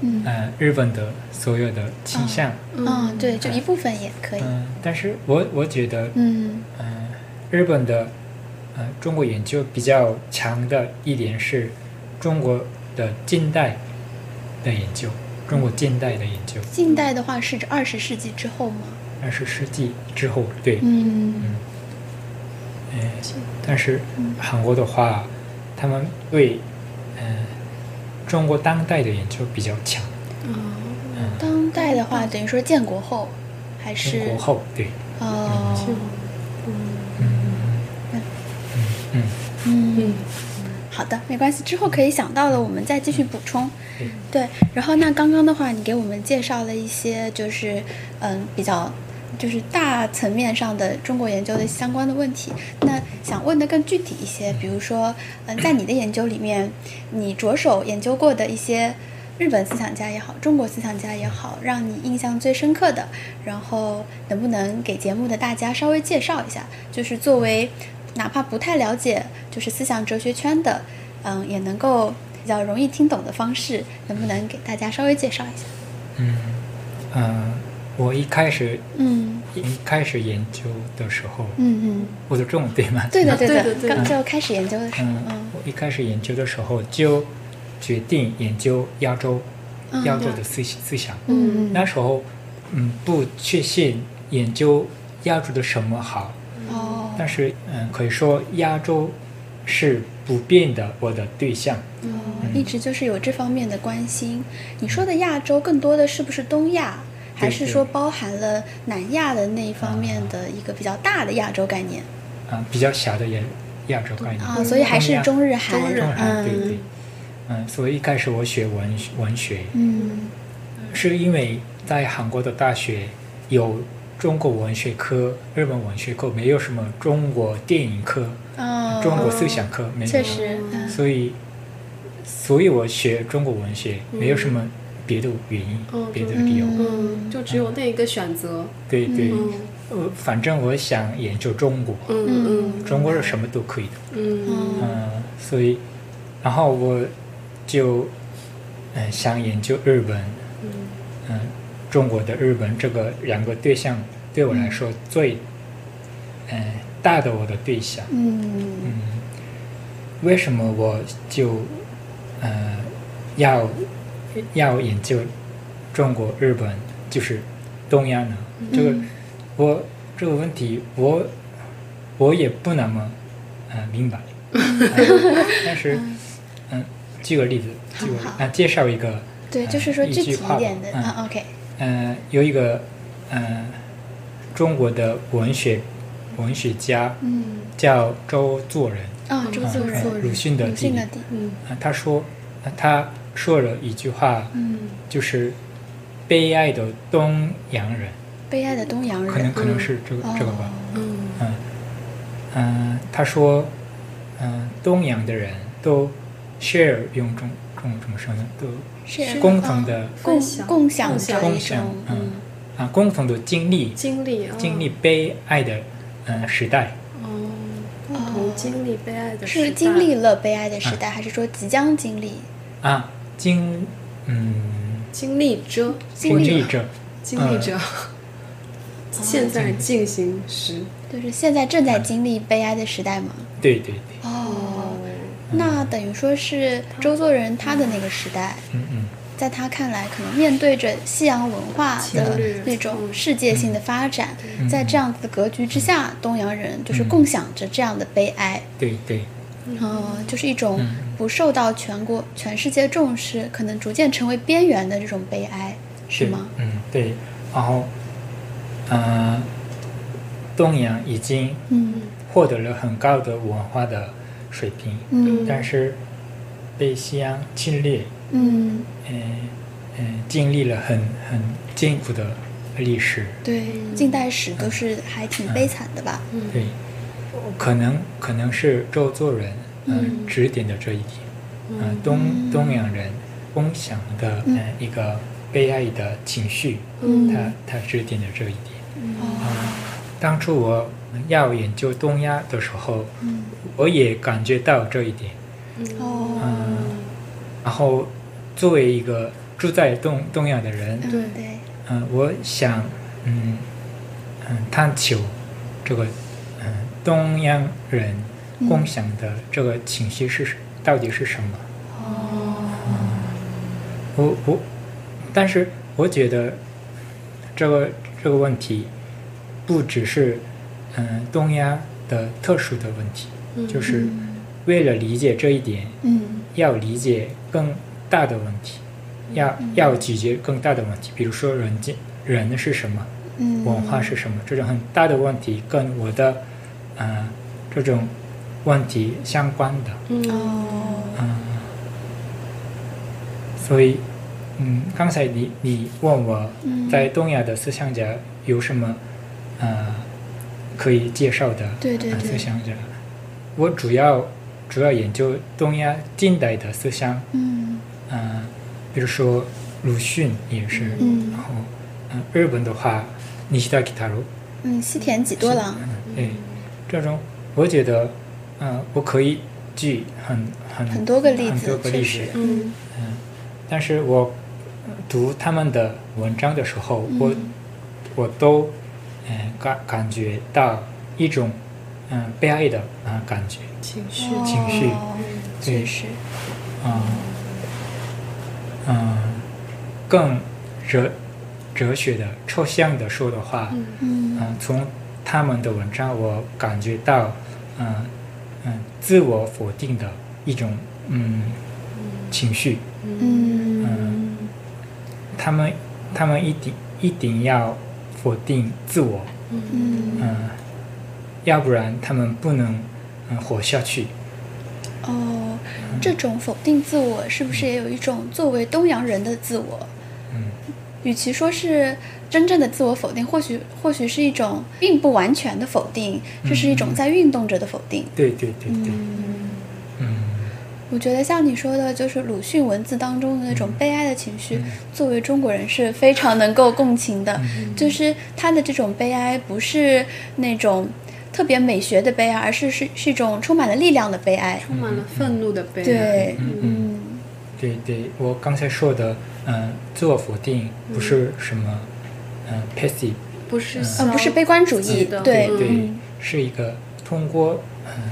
嗯
呃，日本的所有的倾向，
嗯，对，就一部分也可以
嗯、，但是我我觉得，嗯、
嗯
日本的，呃，中国研究比较强的一点是中国的近代的研究，中国近代的研究，
近代的话是指二十世纪之后吗？
二十世纪之后，对，
嗯
嗯，呃但是韩国的话，他们对，嗯、中国当代的研究比较强，嗯、
当代的话，等于说建国后，还是
中国后，对，
哦，
嗯，
嗯，好的，没关系，之后可以想到了，我们再继续补充。
对，
对，然后那刚刚的话，你给我们介绍了一些，就是嗯，比较就是大层面上的中国研究的相关的问题。那想问的更具体一些，比如说，嗯，在你的研究里面，你着手研究过的一些日本思想家也好，中国思想家也好，让你印象最深刻的，然后能不能给节目的大家稍微介绍一下？就是作为哪怕不太了解，就是思想哲学圈的，嗯，也能够比较容易听懂的方式，能不能给大家稍微介绍一下？
嗯，嗯，我一开始
嗯
一开始研究的时候，
嗯
我的中文对吗
嗯，？对的
对
的
对，对
刚
嗯
就开始研究的时候，
嗯
嗯，
我一开始研究的时候就决定研究亚洲
嗯
亚洲的思思想。
嗯
那时候，嗯，不确信研究亚洲的什么好，
哦
但是嗯，可以说亚洲是不变的我的对象。
哦，
嗯
一直就是有这方面的关心。你说的亚洲更多的是不是东亚，还是说包含了南亚的那一方面的一个比较大的亚洲概念
啊，比较小的也亚洲概念
啊？所以还是中日韩，
中日
中韩对对
嗯，
嗯，所以一开始我学文学文学，
嗯
是因为在韩国的大学有中国文学科、日本文学课，没有什么中国电影课、
哦，
中国思想课，没有，
确实，嗯
所以所以我学中国文学
嗯
没有什么别的原因、
哦
别的理由，
嗯
嗯，就只有那一个选择，
对对，
嗯
呃，反正我想研究中国，
嗯
嗯
中国是什么都可以的。
嗯嗯
嗯
嗯，所以，然后我就嗯想研究日本，
嗯
嗯，中国的日本这个两个对象对我来说最嗯大的我的对象，
嗯
嗯，为什么我就呃要要研究中国日本就是东亚呢？这个
嗯
我这个问题我我也不那么呃明 白，呃但是嗯、举个例子，举个例
好好
啊、介绍一个
对，
嗯
就是说
一
具
句
体
话吧
一点的
嗯
啊，OK，
呃有一个呃中国的文学文学家
嗯，
叫周作人，
啊，周
啊
作
呃
人，
鲁迅的
鲁
弟
迅
弟
的弟，
嗯
啊，他说啊他说了一句话，
嗯，
就是悲哀的东洋人，
悲哀的东洋
可能
人，
可能是这个、这个吧。
哦
嗯
嗯，嗯，他说，嗯，东洋的人都 share 用中中怎么说呢？都
是啊哦
共同的
共
分享
共享
共享
着一
共享
种，
嗯啊，共同的经历
经历啊
经历悲哀的嗯时代，
哦，共同经历悲哀的时
哦
代
是经历了悲哀的时代，还是说即将经历？
啊，经嗯
经历者
经
经
历
历着
经
嗯
历者
哦
现在进行时
就是现在正在经历悲哀的时代吗？
对对对，嗯
哦，那等于说是周作人他的那个时代，
嗯嗯
在他看来，可能面对着西洋文化的
侵略
那种世界性的发展，
嗯
在这样子的格局之下，东洋人就是共享着这样的悲哀，
对对，
嗯、就是一种
嗯
不受到全国、全世界重视，可能逐渐成为边缘的这种悲哀，是
对
吗？？
嗯对，然后嗯、呃东洋已经
嗯
获得了很高的文化的水平，
嗯
但是被西洋侵略，
嗯，
嗯嗯，经历了很很艰苦的历史，
对，近代史都是还挺悲惨的吧？
对，可能可能是周作人嗯指点的这一点，嗯，东东洋人共享的嗯一个悲哀的情绪，
嗯
他他指点的这一点。
哦，
当初我要研究东亚的时候，
嗯
我也感觉到这一点，
哦，
嗯，然后作为一个住在东东亚的人，
嗯
对
对，
嗯，我想，嗯嗯，探求这个嗯东洋人共享的这个情绪是什到底是什么？哦，我我，但是我觉得这个这个问题不只是嗯东亚的特殊的问题，
嗯
就是为了理解这一点，
嗯
要理解更大的问题，要
嗯
要解决更大的问题，比如说人间人是什么，
嗯，
文化是什么，这种很大的问题跟我的呃这种问题相关的，
嗯
哦，
嗯、所以嗯，刚才你你问我
嗯
在东亚的思想家有什么呃可以介绍的
对对
呃
对
思想家，我主要主要研究东亚近代的思想。
嗯
嗯，比如说鲁迅也是，然
嗯
后嗯，日本的话，西西达吉塔罗，
嗯，西田几多郎，
嗯，对，这种我觉得，嗯、我可以举很很
很多个例
很多
子，
个
确
例子
实，，
嗯
嗯，但是我呃读他们的文章的时候，我
嗯
我都嗯、呃感感觉到一种嗯、悲哀的啊、呃感觉，
情绪
哦
情绪
确实，
嗯嗯，更哲哲学的抽象的说的话，
嗯
嗯
嗯，从他们的文章，我感觉到，嗯嗯，自我否定的一种嗯情绪。
嗯
嗯
他们他们一定一定要否定自我，
嗯
嗯，要不然他们不能嗯活下去。
哦，这种否定自我是不是也有一种作为东洋人的自我？
嗯
与其说是真正的自我否定，或许或许是一种并不完全的否定，这是一种在运动着的否定。
对对对对，嗯
我觉得像你说的，就是鲁迅文字当中的那种悲哀的情绪，作为中国人是非常能够共情的。就是他的这种悲哀，不是那种特别美学的悲哀，而是是是一种充满了力量的悲哀。
充满了愤怒的悲哀
对，
嗯嗯，
嗯
对对，我刚才说的，嗯，自我否定不是什么，嗯，passive
不是
嗯
呃，不是悲观主义，
的，
对，
对，
嗯
是一个通过嗯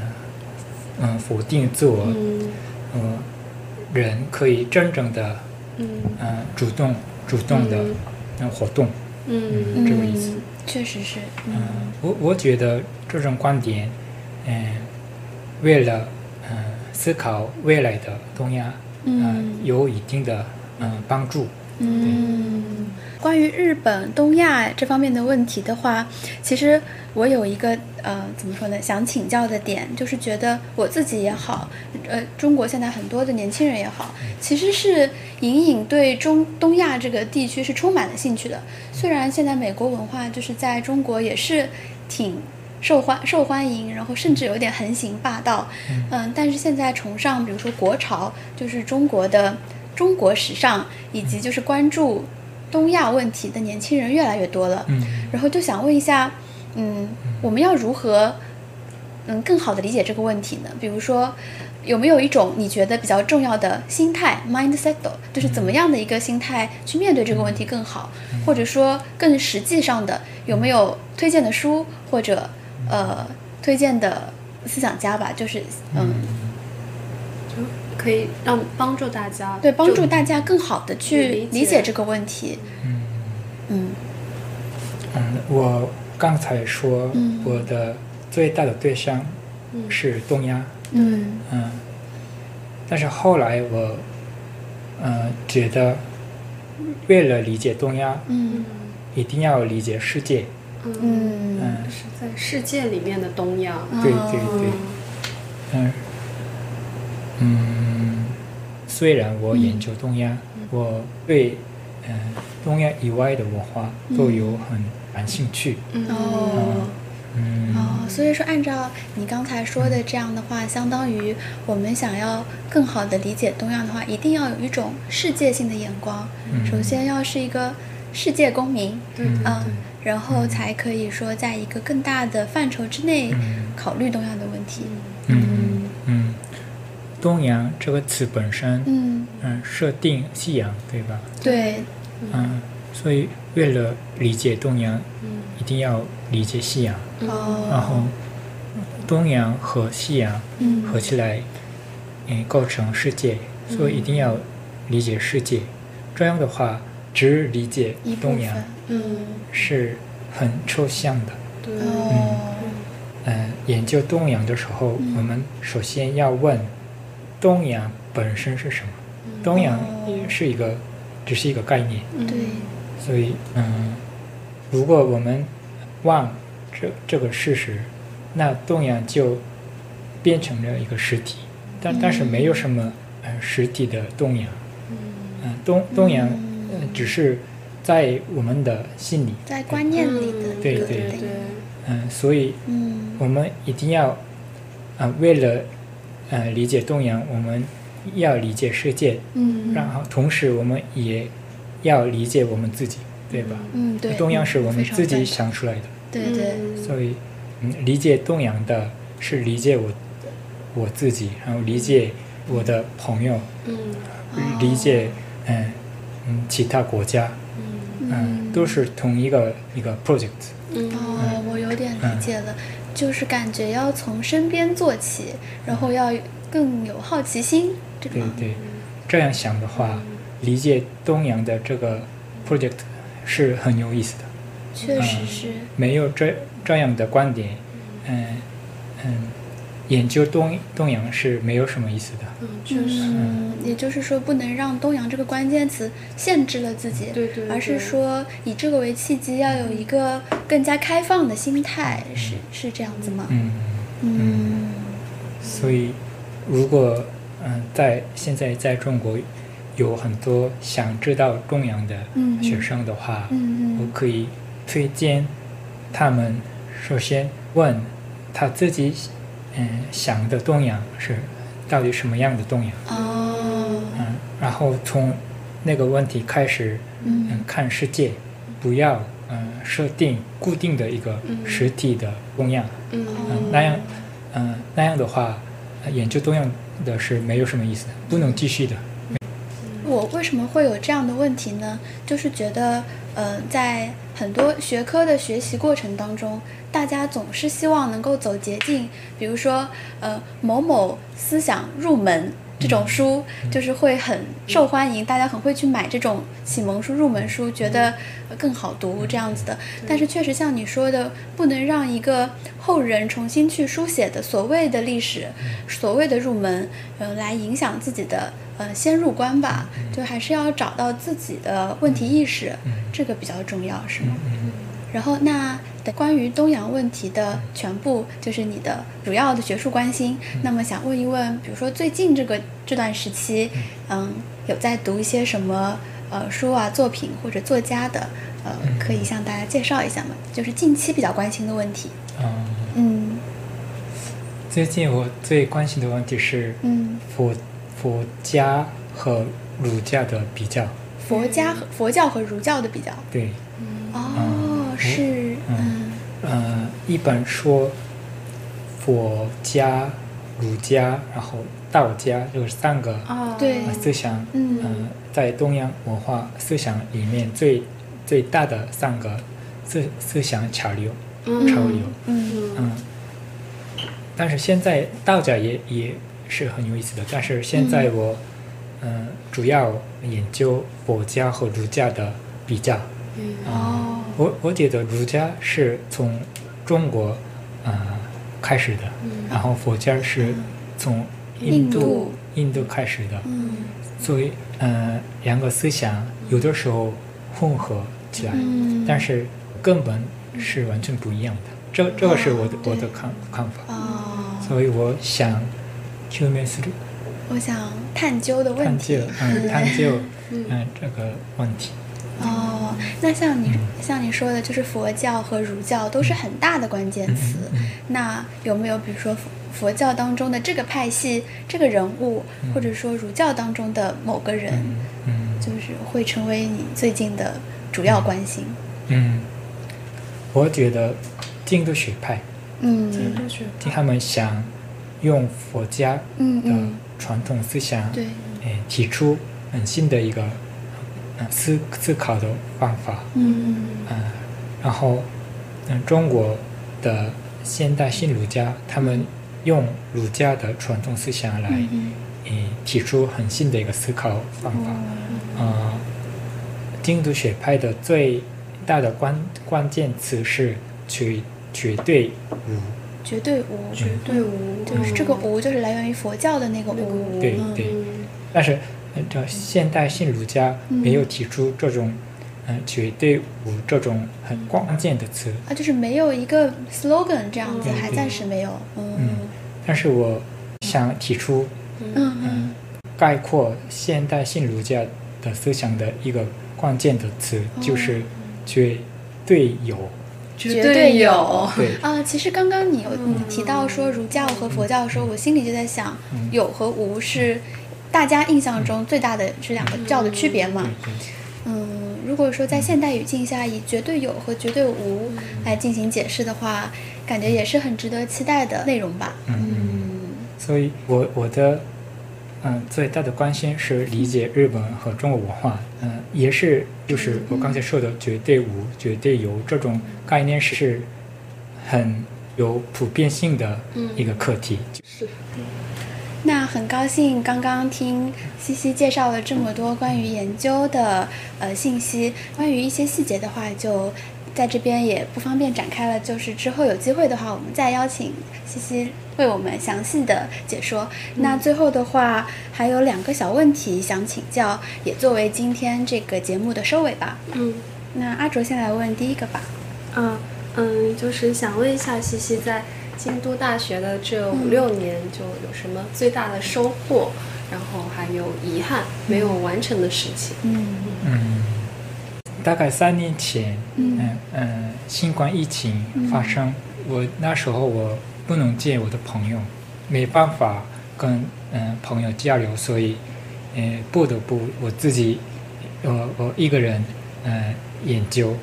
嗯否定自我，
嗯
嗯，人可以真正的
嗯
嗯主动主动的
嗯
嗯活动，
嗯
这个意思。
确实是，
嗯，我我觉得这种观点，嗯，为了嗯思考未来的东亚，嗯、
嗯
有一定的嗯帮助。
嗯，关于日本、东亚这方面的问题的话，其实我有一个呃，怎么说呢，想请教的点，就是觉得我自己也好，呃，中国现在很多的年轻人也好，其实是隐隐对中东亚这个地区是充满了兴趣的。虽然现在美国文化就是在中国也是挺受欢受欢迎，然后甚至有点横行霸道，嗯，但是现在崇尚比如说国潮，就是中国的中国时尚，以及就是关注东亚问题的年轻人越来越多了。
嗯
然后就想问一下，嗯，我们要如何，嗯，更好的理解这个问题呢？比如说，有没有一种你觉得比较重要的心态 mindset，就是怎么样的一个心态去面对这个问题更好？或者说更实际上的，有没有推荐的书或者呃推荐的思想家吧？就是嗯，
就可以让帮助大家，
对，帮助
就
大家更好的去
理解
理解这个问题。嗯
嗯，我刚才说
嗯
我的最大的对象
嗯
是东亚，
嗯
嗯，但是后来我嗯觉得，为了理解东亚，
嗯
一定要理解世界。
嗯，
嗯
嗯，
是在世界里面的东亚，
对对对。
哦
嗯，嗯，虽然我研究东亚，我对嗯、呃东亚以外的文化都有很感兴趣。
嗯
哦。
嗯，
哦，所以说，按照你刚才说的这样的话，相当于我们想要更好的理解东亚的话，一定要有一种世界性的眼光。
嗯
首先要是一个世界公民，
对
嗯
对
嗯
对，
然后才可以说在一个更大的范畴之内
嗯
考虑东亚的问题。
嗯嗯，东洋这个词本身，嗯、
嗯，
设定西洋，对吧？
对，
嗯，所以为了理解东洋，
嗯
一定要理解西洋，然
哦，
后东洋和西洋
嗯，
合起来，嗯，构成世界，所以一定要理解世界。这样的话，只理解
一部
东洋
分，
嗯，
是很抽象的。
对，
哦，
嗯，研究东洋的时候，
嗯
我们首先要问东洋本身是什么？东洋
哦
是一个，只是一个概念，
嗯
对，
所以嗯，如果我们忘这这个事实，那东洋就变成了一个实体，
嗯
但但是没有什么呃实体的东洋。
嗯
嗯，东东洋、
嗯
呃只是在我们的心里，
在观念里的
嗯
对
一
对
个
对
对
对，
嗯、所以
嗯
我们一定要，呃，为了呃理解东洋，我们要理解世界，
嗯
然后同时我们也要理解我们自己，对吧？
嗯，对，嗯
东洋是我
非
们
常
自己
赞
想出来的，
对对。
嗯
所以嗯，理解东洋的是理解我我自
哦
己，然后理解我的朋友，
嗯
理解嗯嗯、嗯其他国家，嗯，都是同一个一个 project。
嗯，
哦，我有点理解了，就是感觉要从身边做起，然后要更有好奇心，这个
对
吗？
对，这样想的话，
嗯
理解东洋的这个 project 是很有意思的。
确实是，
没有这这样的观点，嗯嗯，研究东东洋是没有什么意思的。
嗯，确实，
嗯，也就是说，不能让东洋这个关键词限制了自己，
对对
而是
对
说以这个为契机，要有一个更加开放的心态，是是这样子吗？
嗯，
嗯
所以如果嗯在现在在中国有很多想知道东洋的
嗯
学生的话，
嗯
我
嗯
可以推荐他们首先问他自己嗯想的东洋是到底什么样的东洋，
哦
嗯，然后从那个问题开始。
嗯
嗯，看世界，不要嗯设定固定的一个
嗯
实体的东样，
嗯
嗯，那样，嗯、那样的话，呃研究东样的是没有什么意思的，不能继续的。
我为什么会有这样的问题呢？就是觉得，呃，在很多学科的学习过程当中，大家总是希望能够走捷径，比如说，呃，某某思想入门这种书，就是会很受欢迎，大家很会去买这种启蒙书、入门书，觉得呃更好读这样子的。但是确实像你说的，不能让一个后人重新去书写的所谓的历史、所谓的入门，呃，来影响自己的呃先入观吧。就还是要找到自己的问题意识，这个比较重要，是吗？
嗯
然后那的关于东洋问题的全部就是你的主要的学术关心。那么想问一问，比如说最近这个这段时期，嗯，有在读一些什么呃书啊、作品或者作家的，呃，可以向大家介绍一下吗？就是近期比较关心的问题。
嗯，
嗯
最近我最关心的问题是
嗯，
佛佛家和儒家的比较，
佛家和佛教和儒教的比较。
对，
嗯
哦，是嗯
呃，一般说佛家、儒家，然后道家，就是三个
啊，
对
呃思想，
哦嗯
呃在东洋文化思想里面最最大的三个思思想潮流，潮流，
嗯
嗯，但是现在道家也也是很有意思的，但是现在我，嗯、主要研究佛家和儒家的比较，
嗯
哦
我我觉得儒家是从中国，呃，开始的，然后佛家是从印
嗯印
度
度
印度开始的，
嗯
所以，呃，两个思想有的时候混合起来，
嗯，
但是根本是完全不一样的。这这个是我的、
哦对
我的看看法，
哦，
所以我想去面试
我想探究的问
探
题
究，嗯，探究，嗯，这个问题，
哦，那像你像你说的，就是佛教和儒教都是很大的关
嗯
键词。那有没有比如说佛佛教当中的这个派系、这个人物，或者说儒教当中的某个人，
嗯嗯
就是会成为你最近的主要关心？
嗯，我觉得印度学派
嗯
他们想用佛家
嗯
的
嗯，
传统思想，
对，
哎，提出很新的一个呃思思考的方法，
嗯
嗯，然后，嗯，中国的现代新儒家，他们用儒家的传统思想来，
嗯
嗯，提出很新的一个思考方法。嗯，印度学派的最大的关关键词是绝绝对无，
绝对无，
绝
对无，
就是这个无，就是来源于佛教的那个
那个
无。
无，
对
嗯
对，但是，呃，这现代新儒家没有提出这种，嗯、绝对无这种很关键的词。
啊，就是没有一个 slogan 这样子，
嗯
还暂时没有。嗯
嗯，但是我想提出
嗯
概括现代性儒家的思想的一个关键的词，就是绝对有。
绝对嗯有
对
嗯， 啊，其实刚刚你有你提到说儒教和佛教的时候，我心里就在想，有和无是大家印象中最大的是两个教的区别嘛
对。对
嗯，如果说在现代语境下以绝对有和绝对无来进行解释的话，感嗯觉也是很值得期待的内容吧。
所以我我的嗯，最大的关心是理解日本和中国文化，嗯，也是就是我刚才说的绝对无、绝对有这种概念是很有普遍性的一个课题。
是
那很高兴刚刚听西西介绍了这么多关于研究的呃信息，关于一些细节的话就。在这边也不方便展开了，就是之后有机会的话，我们再邀请西西为我们详细的解说。那最后的话，还有两个小问题想请教，也作为今天这个节目的收尾吧。
嗯
那阿卓先来问第一个吧。
嗯嗯，就是想问一下西西在京都大学的这五六年就有什么最大的收获，然后还有遗憾没有完成的事情。
嗯
嗯，大概三年前，
嗯
嗯嗯，新冠疫情发生，我那时候我不能见我的朋友，没办法跟嗯朋友交流，所以嗯、呃不得不我自己我我一个人嗯、呃研究，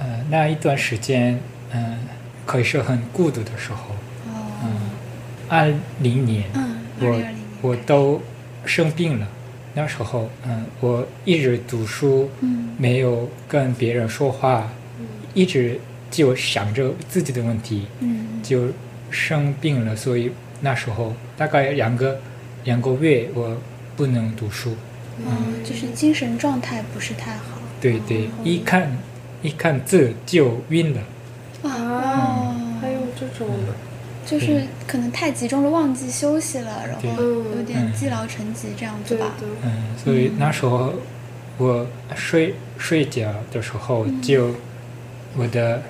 呃那一段时间嗯、呃可以说很孤独的时候，
哦
嗯，二零年，
嗯，二零二
我
零年
我都生病了，那时候嗯我一直读书，
嗯
没有跟别人说话，一直就想着自己的问题，
嗯
就生病了，所以那时候大概两个两个月我不能读书，
哦，就是精神状态不是太好。
对对，一看一看字就晕了，
哇
啊还有
哦，
这种的，
就是可能太集中了，忘记休息了，然后
嗯
有点积劳成疾这样子
对的
吧。，
嗯，所以那时候我睡睡觉的时候就、我的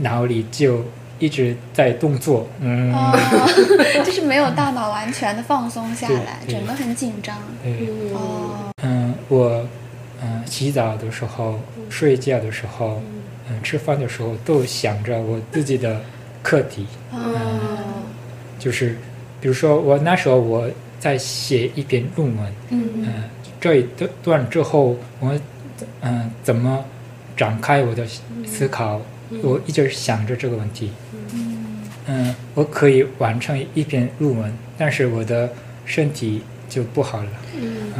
脑里就一直在动作，嗯，
哦，就是没有大脑完全的放松下来，
对对
整个很紧张。
对。
嗯，
哦，
嗯，我嗯洗澡的时候、睡觉的时候、嗯吃饭的时候，都想着我自己的课题，
哦，
就是比如说我那时候我在写一篇论文，
嗯
嗯，这一段之后我嗯怎么展开我的思考，我一直想着这个问题，
嗯
嗯，我可以完成一篇论文，但是我的身体就不好了。
嗯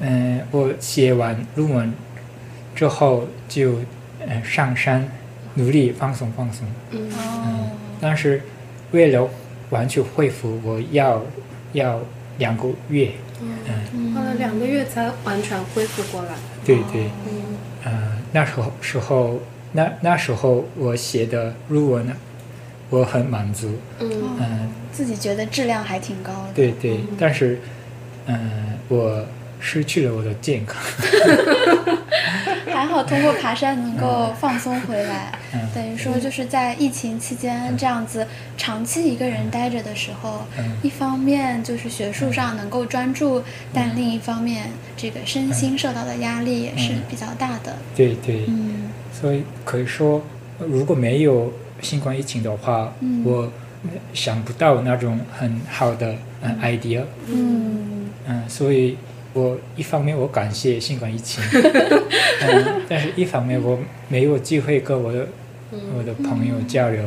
嗯，我写完论文之后就嗯上山努力放松放松，
哦，
但是为了完全恢复，我要要两个月。
嗯
花了两个月才完全恢复过来。
对对，
哦
嗯
嗯，那时候时候那那时候我写的论文，我很满足。
嗯
嗯，
自己觉得质量还挺高的。
对对，但是嗯，我失去了我的健康。
还好通过爬山能够放松回来，
嗯
等于说就是在疫情期间这样子长期一个人待着的时候，
嗯
一方面就是学术上能够专注，但另一方面这个身
嗯
心受到的压力也是比较大的。
对对，
嗯
所以可以说，如果没有新冠疫情的话，
嗯
我想不到那种很好的嗯 idea，
嗯
嗯，所以我一方面我感谢新冠疫情，嗯，但是一方面我没有机会跟我的我的朋友交流，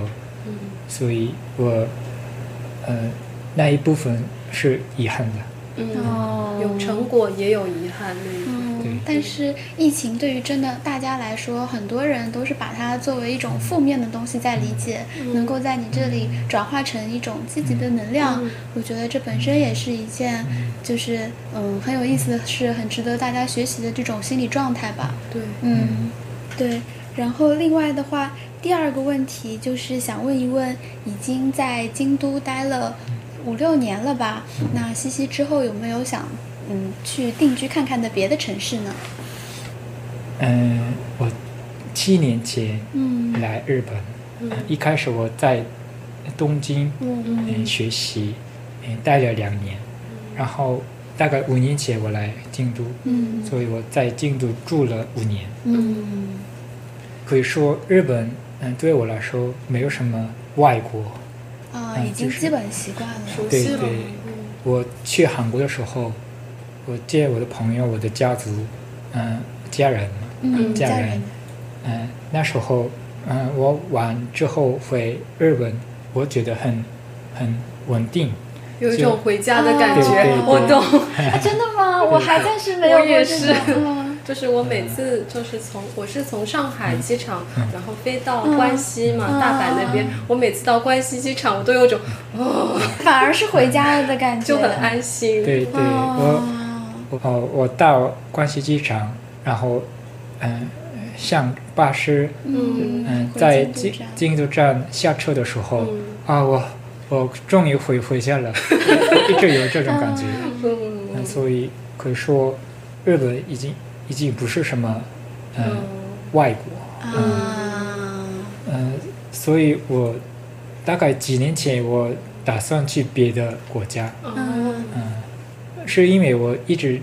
所以我呃那一部分是遗憾的，
嗯，
哦
有成果也有遗憾那一种。
对
嗯，但是疫情对于真的大家来说，很多人都是把它作为一种负面的东西在理解，能够在你这里转化成一种积极的能量，我觉得这本身也是一件，就是嗯很有意思的事，很值得大家学习的这种心理状态吧。
对，
嗯，对。然后另外的话，第二个问题就是想问一问，已经在京都待了五六年了吧？那西西之后有没有想嗯去定居看看的别的城市呢？
嗯，我七年前
嗯
来日本，嗯一开始我在东京。
嗯
嗯，学习，嗯，待了两年，然后大概五年前我来京都，
嗯
所以我在京都住了五年。
嗯
可以说，日本，嗯，对我来说没有什么外国。
啊，
嗯
已经
就是
基本习惯了。
熟
对
悉了。
对，
嗯
我去韩国的时候，我见我的朋友、我的家族，嗯，家人，
嗯，
家
家
人，嗯，那时候，嗯，我完之后回日本，我觉得很很稳定，
有一种回家的感觉。
对对对
我懂，
啊，真的 吗？我还暂时没有
我
过
也
这
是
种。嗯
就是我每次就是从我是从上海
嗯
机场，然后飞到关西嘛，
嗯
大阪那边，我每次到关西机场，我都有种
嗯
反而是回家了的感觉，
就很安心。
对对，我
哦，
我哦，我到关西机场，然后嗯、上巴士，
嗯
嗯、
回
在
京
京
都站
京都站下车的时候，啊，我我终于回回家了， 一直有这种感觉。
嗯
嗯，所以可以说，日本已经已经不是什么嗯、
嗯
外国，
嗯啊，
嗯、所以我大概几年前我打算去别的国家，
嗯
嗯
嗯、是因为我一直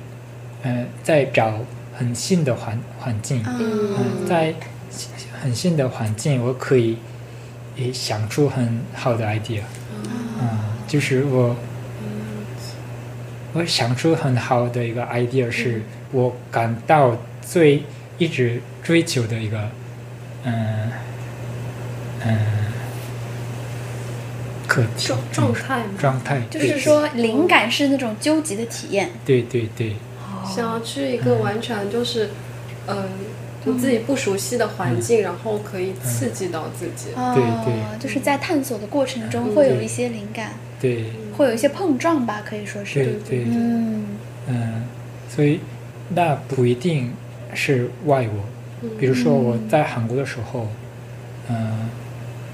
嗯、在找很新的环环境，嗯、
嗯
在新很新的环境，我可以也想出很好的 idea，嗯、就是我。
嗯
我想出很好的一个 idea，是我感到最一直追求的一个，嗯嗯，课题嗯
状状态嘛，
状态，
就是说灵感是那种纠结的体验，
对，对对对，
想要去一个完全就是，嗯、你自己不熟悉的环
嗯
境，然后可以刺激到自己。
对
哦，
对嗯
就是在探索的过程中会有一些灵感，
对
嗯会有一些碰撞吧，可以说是，
对对，
嗯
嗯，所以那不一定是外国，
嗯
比如说我在韩国的时候，嗯，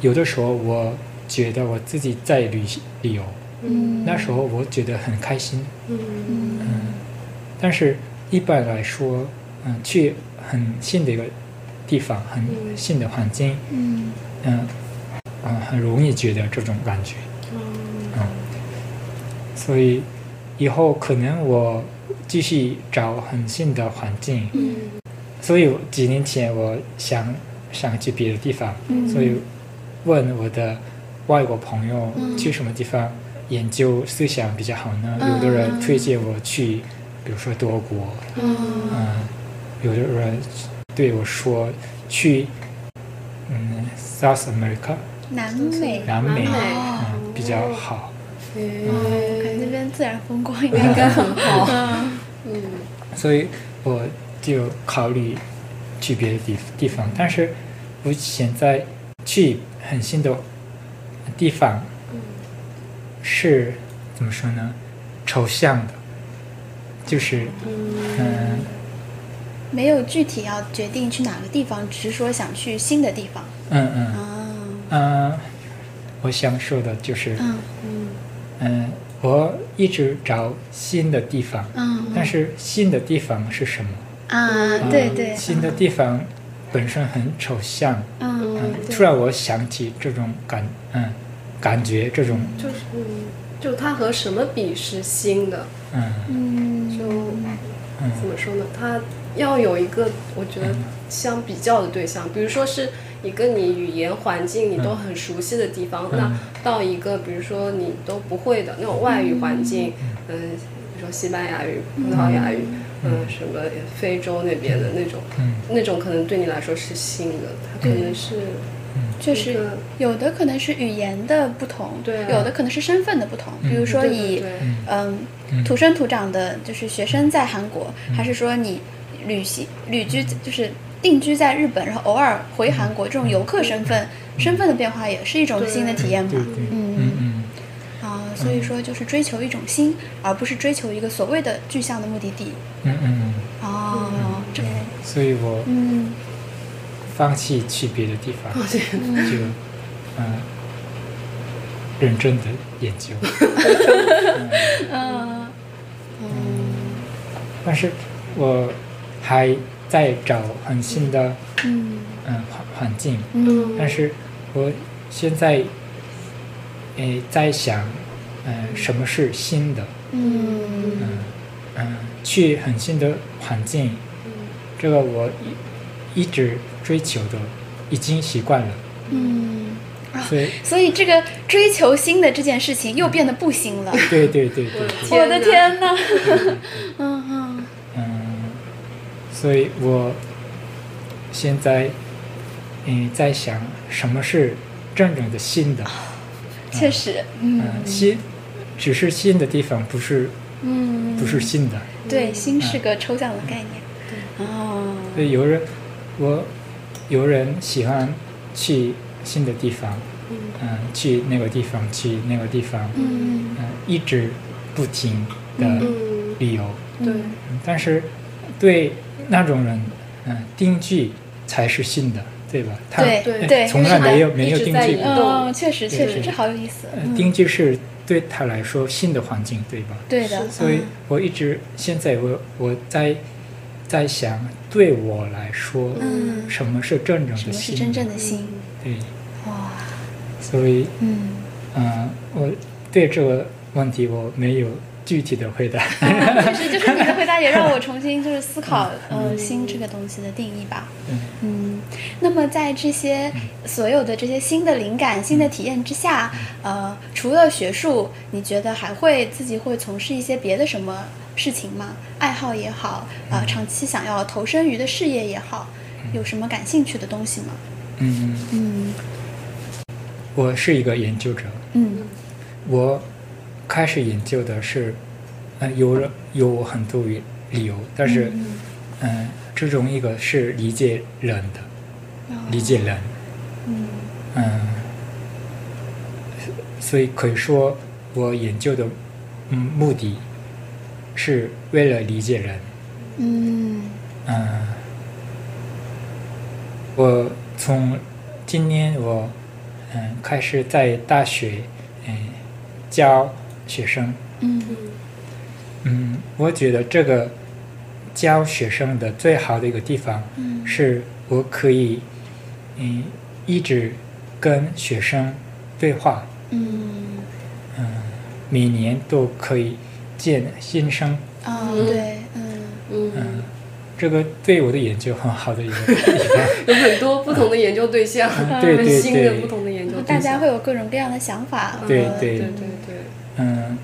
有的时候我觉得我自己在旅旅游，
嗯，
那时候我觉得很开心，
嗯
嗯
嗯，但是一般来说，嗯，去很新的一个地方，很
嗯
新的环境，
嗯
嗯，嗯，很容易觉得这种感觉，
嗯
嗯，所以以后可能我继续找很新的环境，
嗯
所以我几年前我想想去别的地方，
嗯
所以问我的外国朋友
嗯
去什么地方研究思想比较好呢？
嗯
有的人推荐我去，比如说德国，
嗯
嗯，有的人对我说去，嗯，South America，
南美，
南美，
南美
哦
嗯，比较好。
我感觉那
嗯，
边自然风光应
应
该
该很好。
嗯
嗯
所以我就考虑去别的地地方，但是我现在去很新的地方是怎么说呢？抽象的，就是嗯
没有具体要决定去哪个地方，只是说想去新的地方
嗯
哦
嗯
啊，
嗯，我想说的就是
嗯
嗯，我一直找新的地方，
嗯
但是新的地方是什么？
啊，对对，
嗯新的地方本身很抽象，
嗯
嗯，突然我想起这种感，嗯，感觉这种，
就是嗯，就它和什么比是新的？
嗯
嗯
就怎
嗯
么说呢？它要有一个我觉得相比较的对象，比如说是一个你语言环境你都很熟悉的地方，
嗯
那到一个比如说你都不会的那种外语环境，嗯，比如说西班牙语、葡萄牙语，嗯，什么非洲那边的那种，
嗯
那种可能对你来说是新的，它可能是
确
一
实
个，
有的可能是语言的不同，
对啊
有的可能是身份的不同，比如说
对对
以
对，
嗯
嗯
土生土长的，就是学生在韩国，还是说你旅行旅居就是定居在日本，然后偶尔回韩国这种游客身份，身份的变化也是一种新的体验嘛
嗯对对，
嗯
嗯嗯
啊，所以说就是追求一种新，而不是追求一个所谓的具象的目的地
嗯嗯，
哦，这
嗯所以我
嗯
放弃去别的地方，
对
就嗯，认真的研 究，
嗯
但是我还在找很新的
嗯
嗯环环境，
嗯
但是我现在，诶，在想，嗯，什么是新的？
嗯
嗯，嗯，去很新的环境，这个我一一直追求的，已经习惯了，
嗯啊。
所以
所以这个追求新的这件事情又变得不新了。
对对对对对，
我的天 呐！嗯嗯
嗯，所以我现在嗯在想什么是真正的新的，
确实，
嗯，新只是新的地方，不是
嗯，
不是新的。
对，新是个抽象的概念。哦，
所以有人，我有人喜欢去新的地方，
嗯
嗯，去那个地方，去那个地方，
嗯，
嗯，一直不停的
嗯，
旅游。
对，
嗯但是对那种人，嗯，定居才是新的，对吧？他
对
对
哎
对
从来没有
就是他
没有
一直
定
在
居
移
过。
动
嗯，确实
对
确实，
对
这好有意思。
呃
嗯
定居是对他来说新的环境，对吧？
对的，
所以
嗯
我一直现在我我在在想，对我来说，
嗯，
什么是真正
什么
的
是
新？
真正的心？
对，
哇，
所以
嗯，
嗯、呃我对这个问题我没有具体的回答。
确实，啊就是你的回答也让我重新就是思 考，呃，心这个东西的定义吧。
嗯
嗯，那么在这些所有的这些新的灵感、
嗯
新的体验之下，呃，除了学术，你觉得还会自己会从事一些别的什么事情吗？爱好也好，
嗯
呃，长期想要投身于的事业也好，有什么感兴趣的东西吗？
嗯，
嗯
我是一个研究者，
嗯
我开始研究的是，呃，有了有很多理理由，但是，嗯、这种一个是理解人的，理解人，
嗯
嗯，所以可以说我研究的，嗯，目的是为了理解人，
嗯
嗯，我从今年我嗯开始在大学嗯教学生，
嗯
嗯，我觉得这个教学生的最好的一个地方
嗯
是我可以嗯一直跟学生对话，
嗯
嗯，每年都可以见新生，
啊，
嗯
对，嗯
嗯，
嗯，这个对我的研究很好的一个地方。
有很多不同的研究对象，
嗯对 对
新的
对
不同的研究对象，
大家会有各种各样的想法。
对
和
对
对
对
嗯
对，
嗯，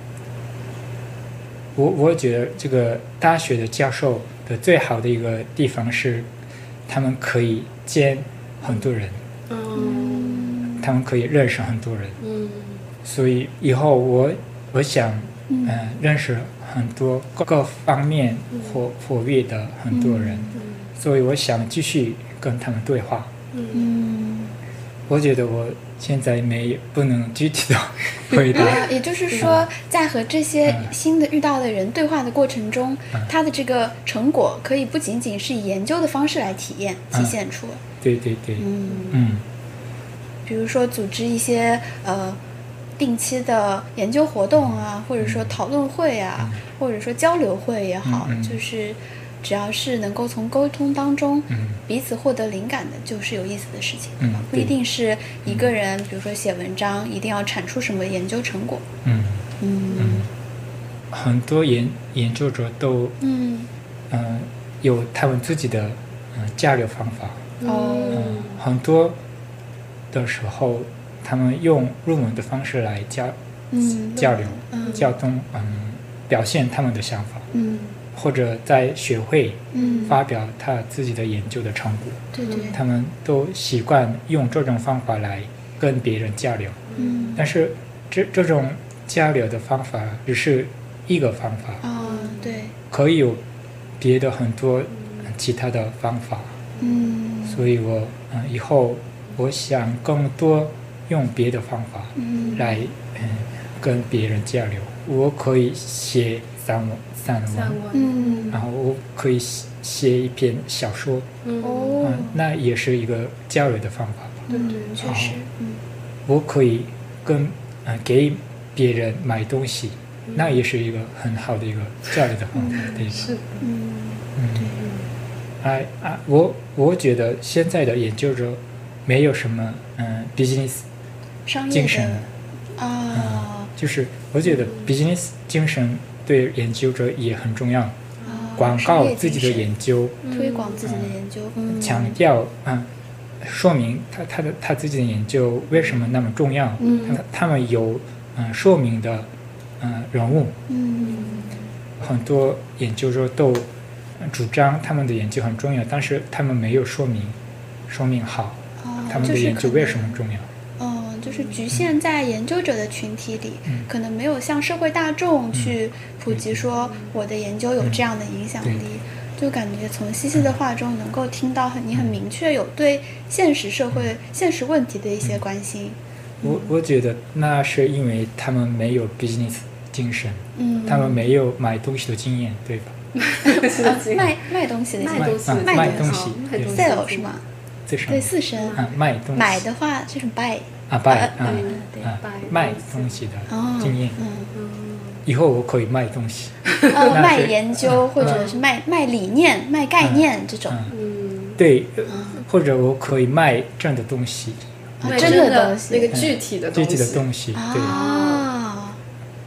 我我觉得这个大学的教授的最好的一个地方是，他们可以见很多人，
嗯
他们可以认识很多人，
嗯
所以以后我我想，嗯、
嗯
认识很多各各方面活活跃的很多人，所以我想继续跟他们对话。
嗯，
我觉得我现在没有不能具体的回答，
啊，也就是说，
嗯
在和这些新的遇到的人对话的过程中，
嗯
他的这个成果可以不仅仅是以研究的方式来体验
嗯
体现出。
对对对，
嗯，
嗯
比如说组织一些呃定期的研究活动啊，或者说讨论会啊，或者说交流会也好，
嗯嗯嗯
就是只要是能够从沟通当中
嗯
彼此获得灵感的，就是有意思的事情。
嗯
不一定是一个人，比如说写文章一定要产出什么研究成果。
嗯，
嗯
很多研研究者都
嗯
嗯，有他们自己的嗯交流方法。
哦
嗯，很多的时候，他们用入门的方式来交
嗯
交流、
嗯
交通，嗯，表现他们的想法，
嗯
或者在学会
嗯，
发表他自己的研究的成果。
对对，
他们都习惯用这种方法来跟别人交流，
嗯
但是这这种交流的方法只是一个方法，
啊对，
可以有别的很多嗯其他的方法。
嗯
所以我嗯、呃以后我想更多用别的方法
嗯
来嗯、跟别人交流。我可以写散文，散文，
散文，
嗯
然后我可以写写一篇小说，
嗯，
嗯、
哦，
那也是一个交流的方法吧。
对对
嗯确实，嗯
我可以跟嗯、呃给别人买东西，
嗯
那也是一个很好的一个交流的方法，对吧？
是
嗯
嗯，哎啊，我我觉得现在的研究者没有什么嗯 business
商业
精神
的啊
就是我觉得
嗯
business 精神对研究者也很重要，
啊
广
商
告
业
自己的
精神
研究，
推广自己的研究，嗯
强调嗯，说明他他的他自己的研究为什么那么重要，
嗯
他他们有嗯说明的嗯人物，
嗯
很多研究者都呃主张他们的研究很重要，但是他们没有说明说明好
啊
他们
就
的
是
研
可
究为
能
什么重要，
嗯，就是局限在研究者的群体里，
嗯
可能没有向社会大众去普及说我的研究有这样的影响
嗯对
力。就感觉从西西的话中能够听到很你
嗯
很明确有对现实社会、现实问题的一些
嗯
关心。
我我觉得那是因为他们没有 business 精神，
嗯，
他们没有买东西的经验，对吧？
啊卖卖东西的
卖
经验
东西
啊
卖
卖
东
东
西
西
卖东西
对
sale 是吗？
这是
对，四声。
啊嗯卖东西
买的话就是 buy。
啊卖
呃
啊
嗯
对
啊
卖
卖
东西
东西的
哦，
经验，
嗯，
以后我可以卖东西，
呃，
那
卖
是
研究
嗯
或者是卖卖理念、卖概念这种。
嗯，
嗯，
对，呃或者我可以卖这样的东西，
啊
卖
真
真
的
的
东西
那个具体的
嗯具
东
体的
西，
东西，对，
啊，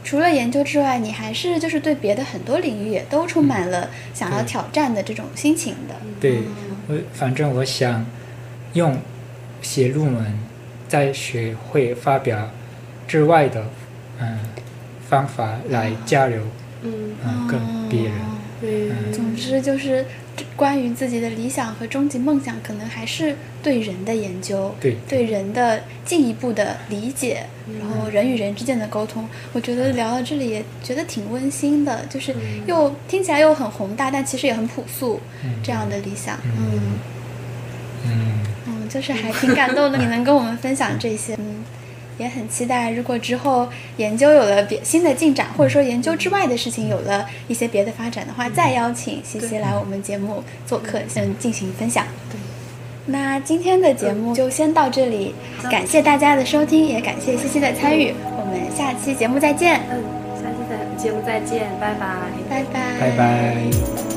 除了研究之外，你还是就是对别的很多领域也都充满了想要
对嗯
挑战的这种心情的。
对，我反正我想用写论文在学会发表之外的嗯方法来交流
嗯
嗯跟别人，
哦
嗯，
啊总之就是这关于自己的理想和终极梦想，可能还是对人的研究，
对嗯
对人的进一步的理解，然后人与人之间的沟通。我觉得聊到这里也觉得挺温馨的，就是又听起来又很宏大，但其实也很朴素
嗯
这样的理想。
嗯嗯
嗯，就是还挺感动的，你能跟我们分享这些，嗯，也很期待。如果之后研究有了别新的进展，或者说研究之外的事情有了一些别的发展的话，再邀请西西来我们节目做客，嗯，进行分享。
对。
那今天的节目就先到这里，感谢大家的收听，也感谢西西的参与，我们下期节目再见，
嗯，下期再节目再见，拜拜。
拜拜，
拜拜。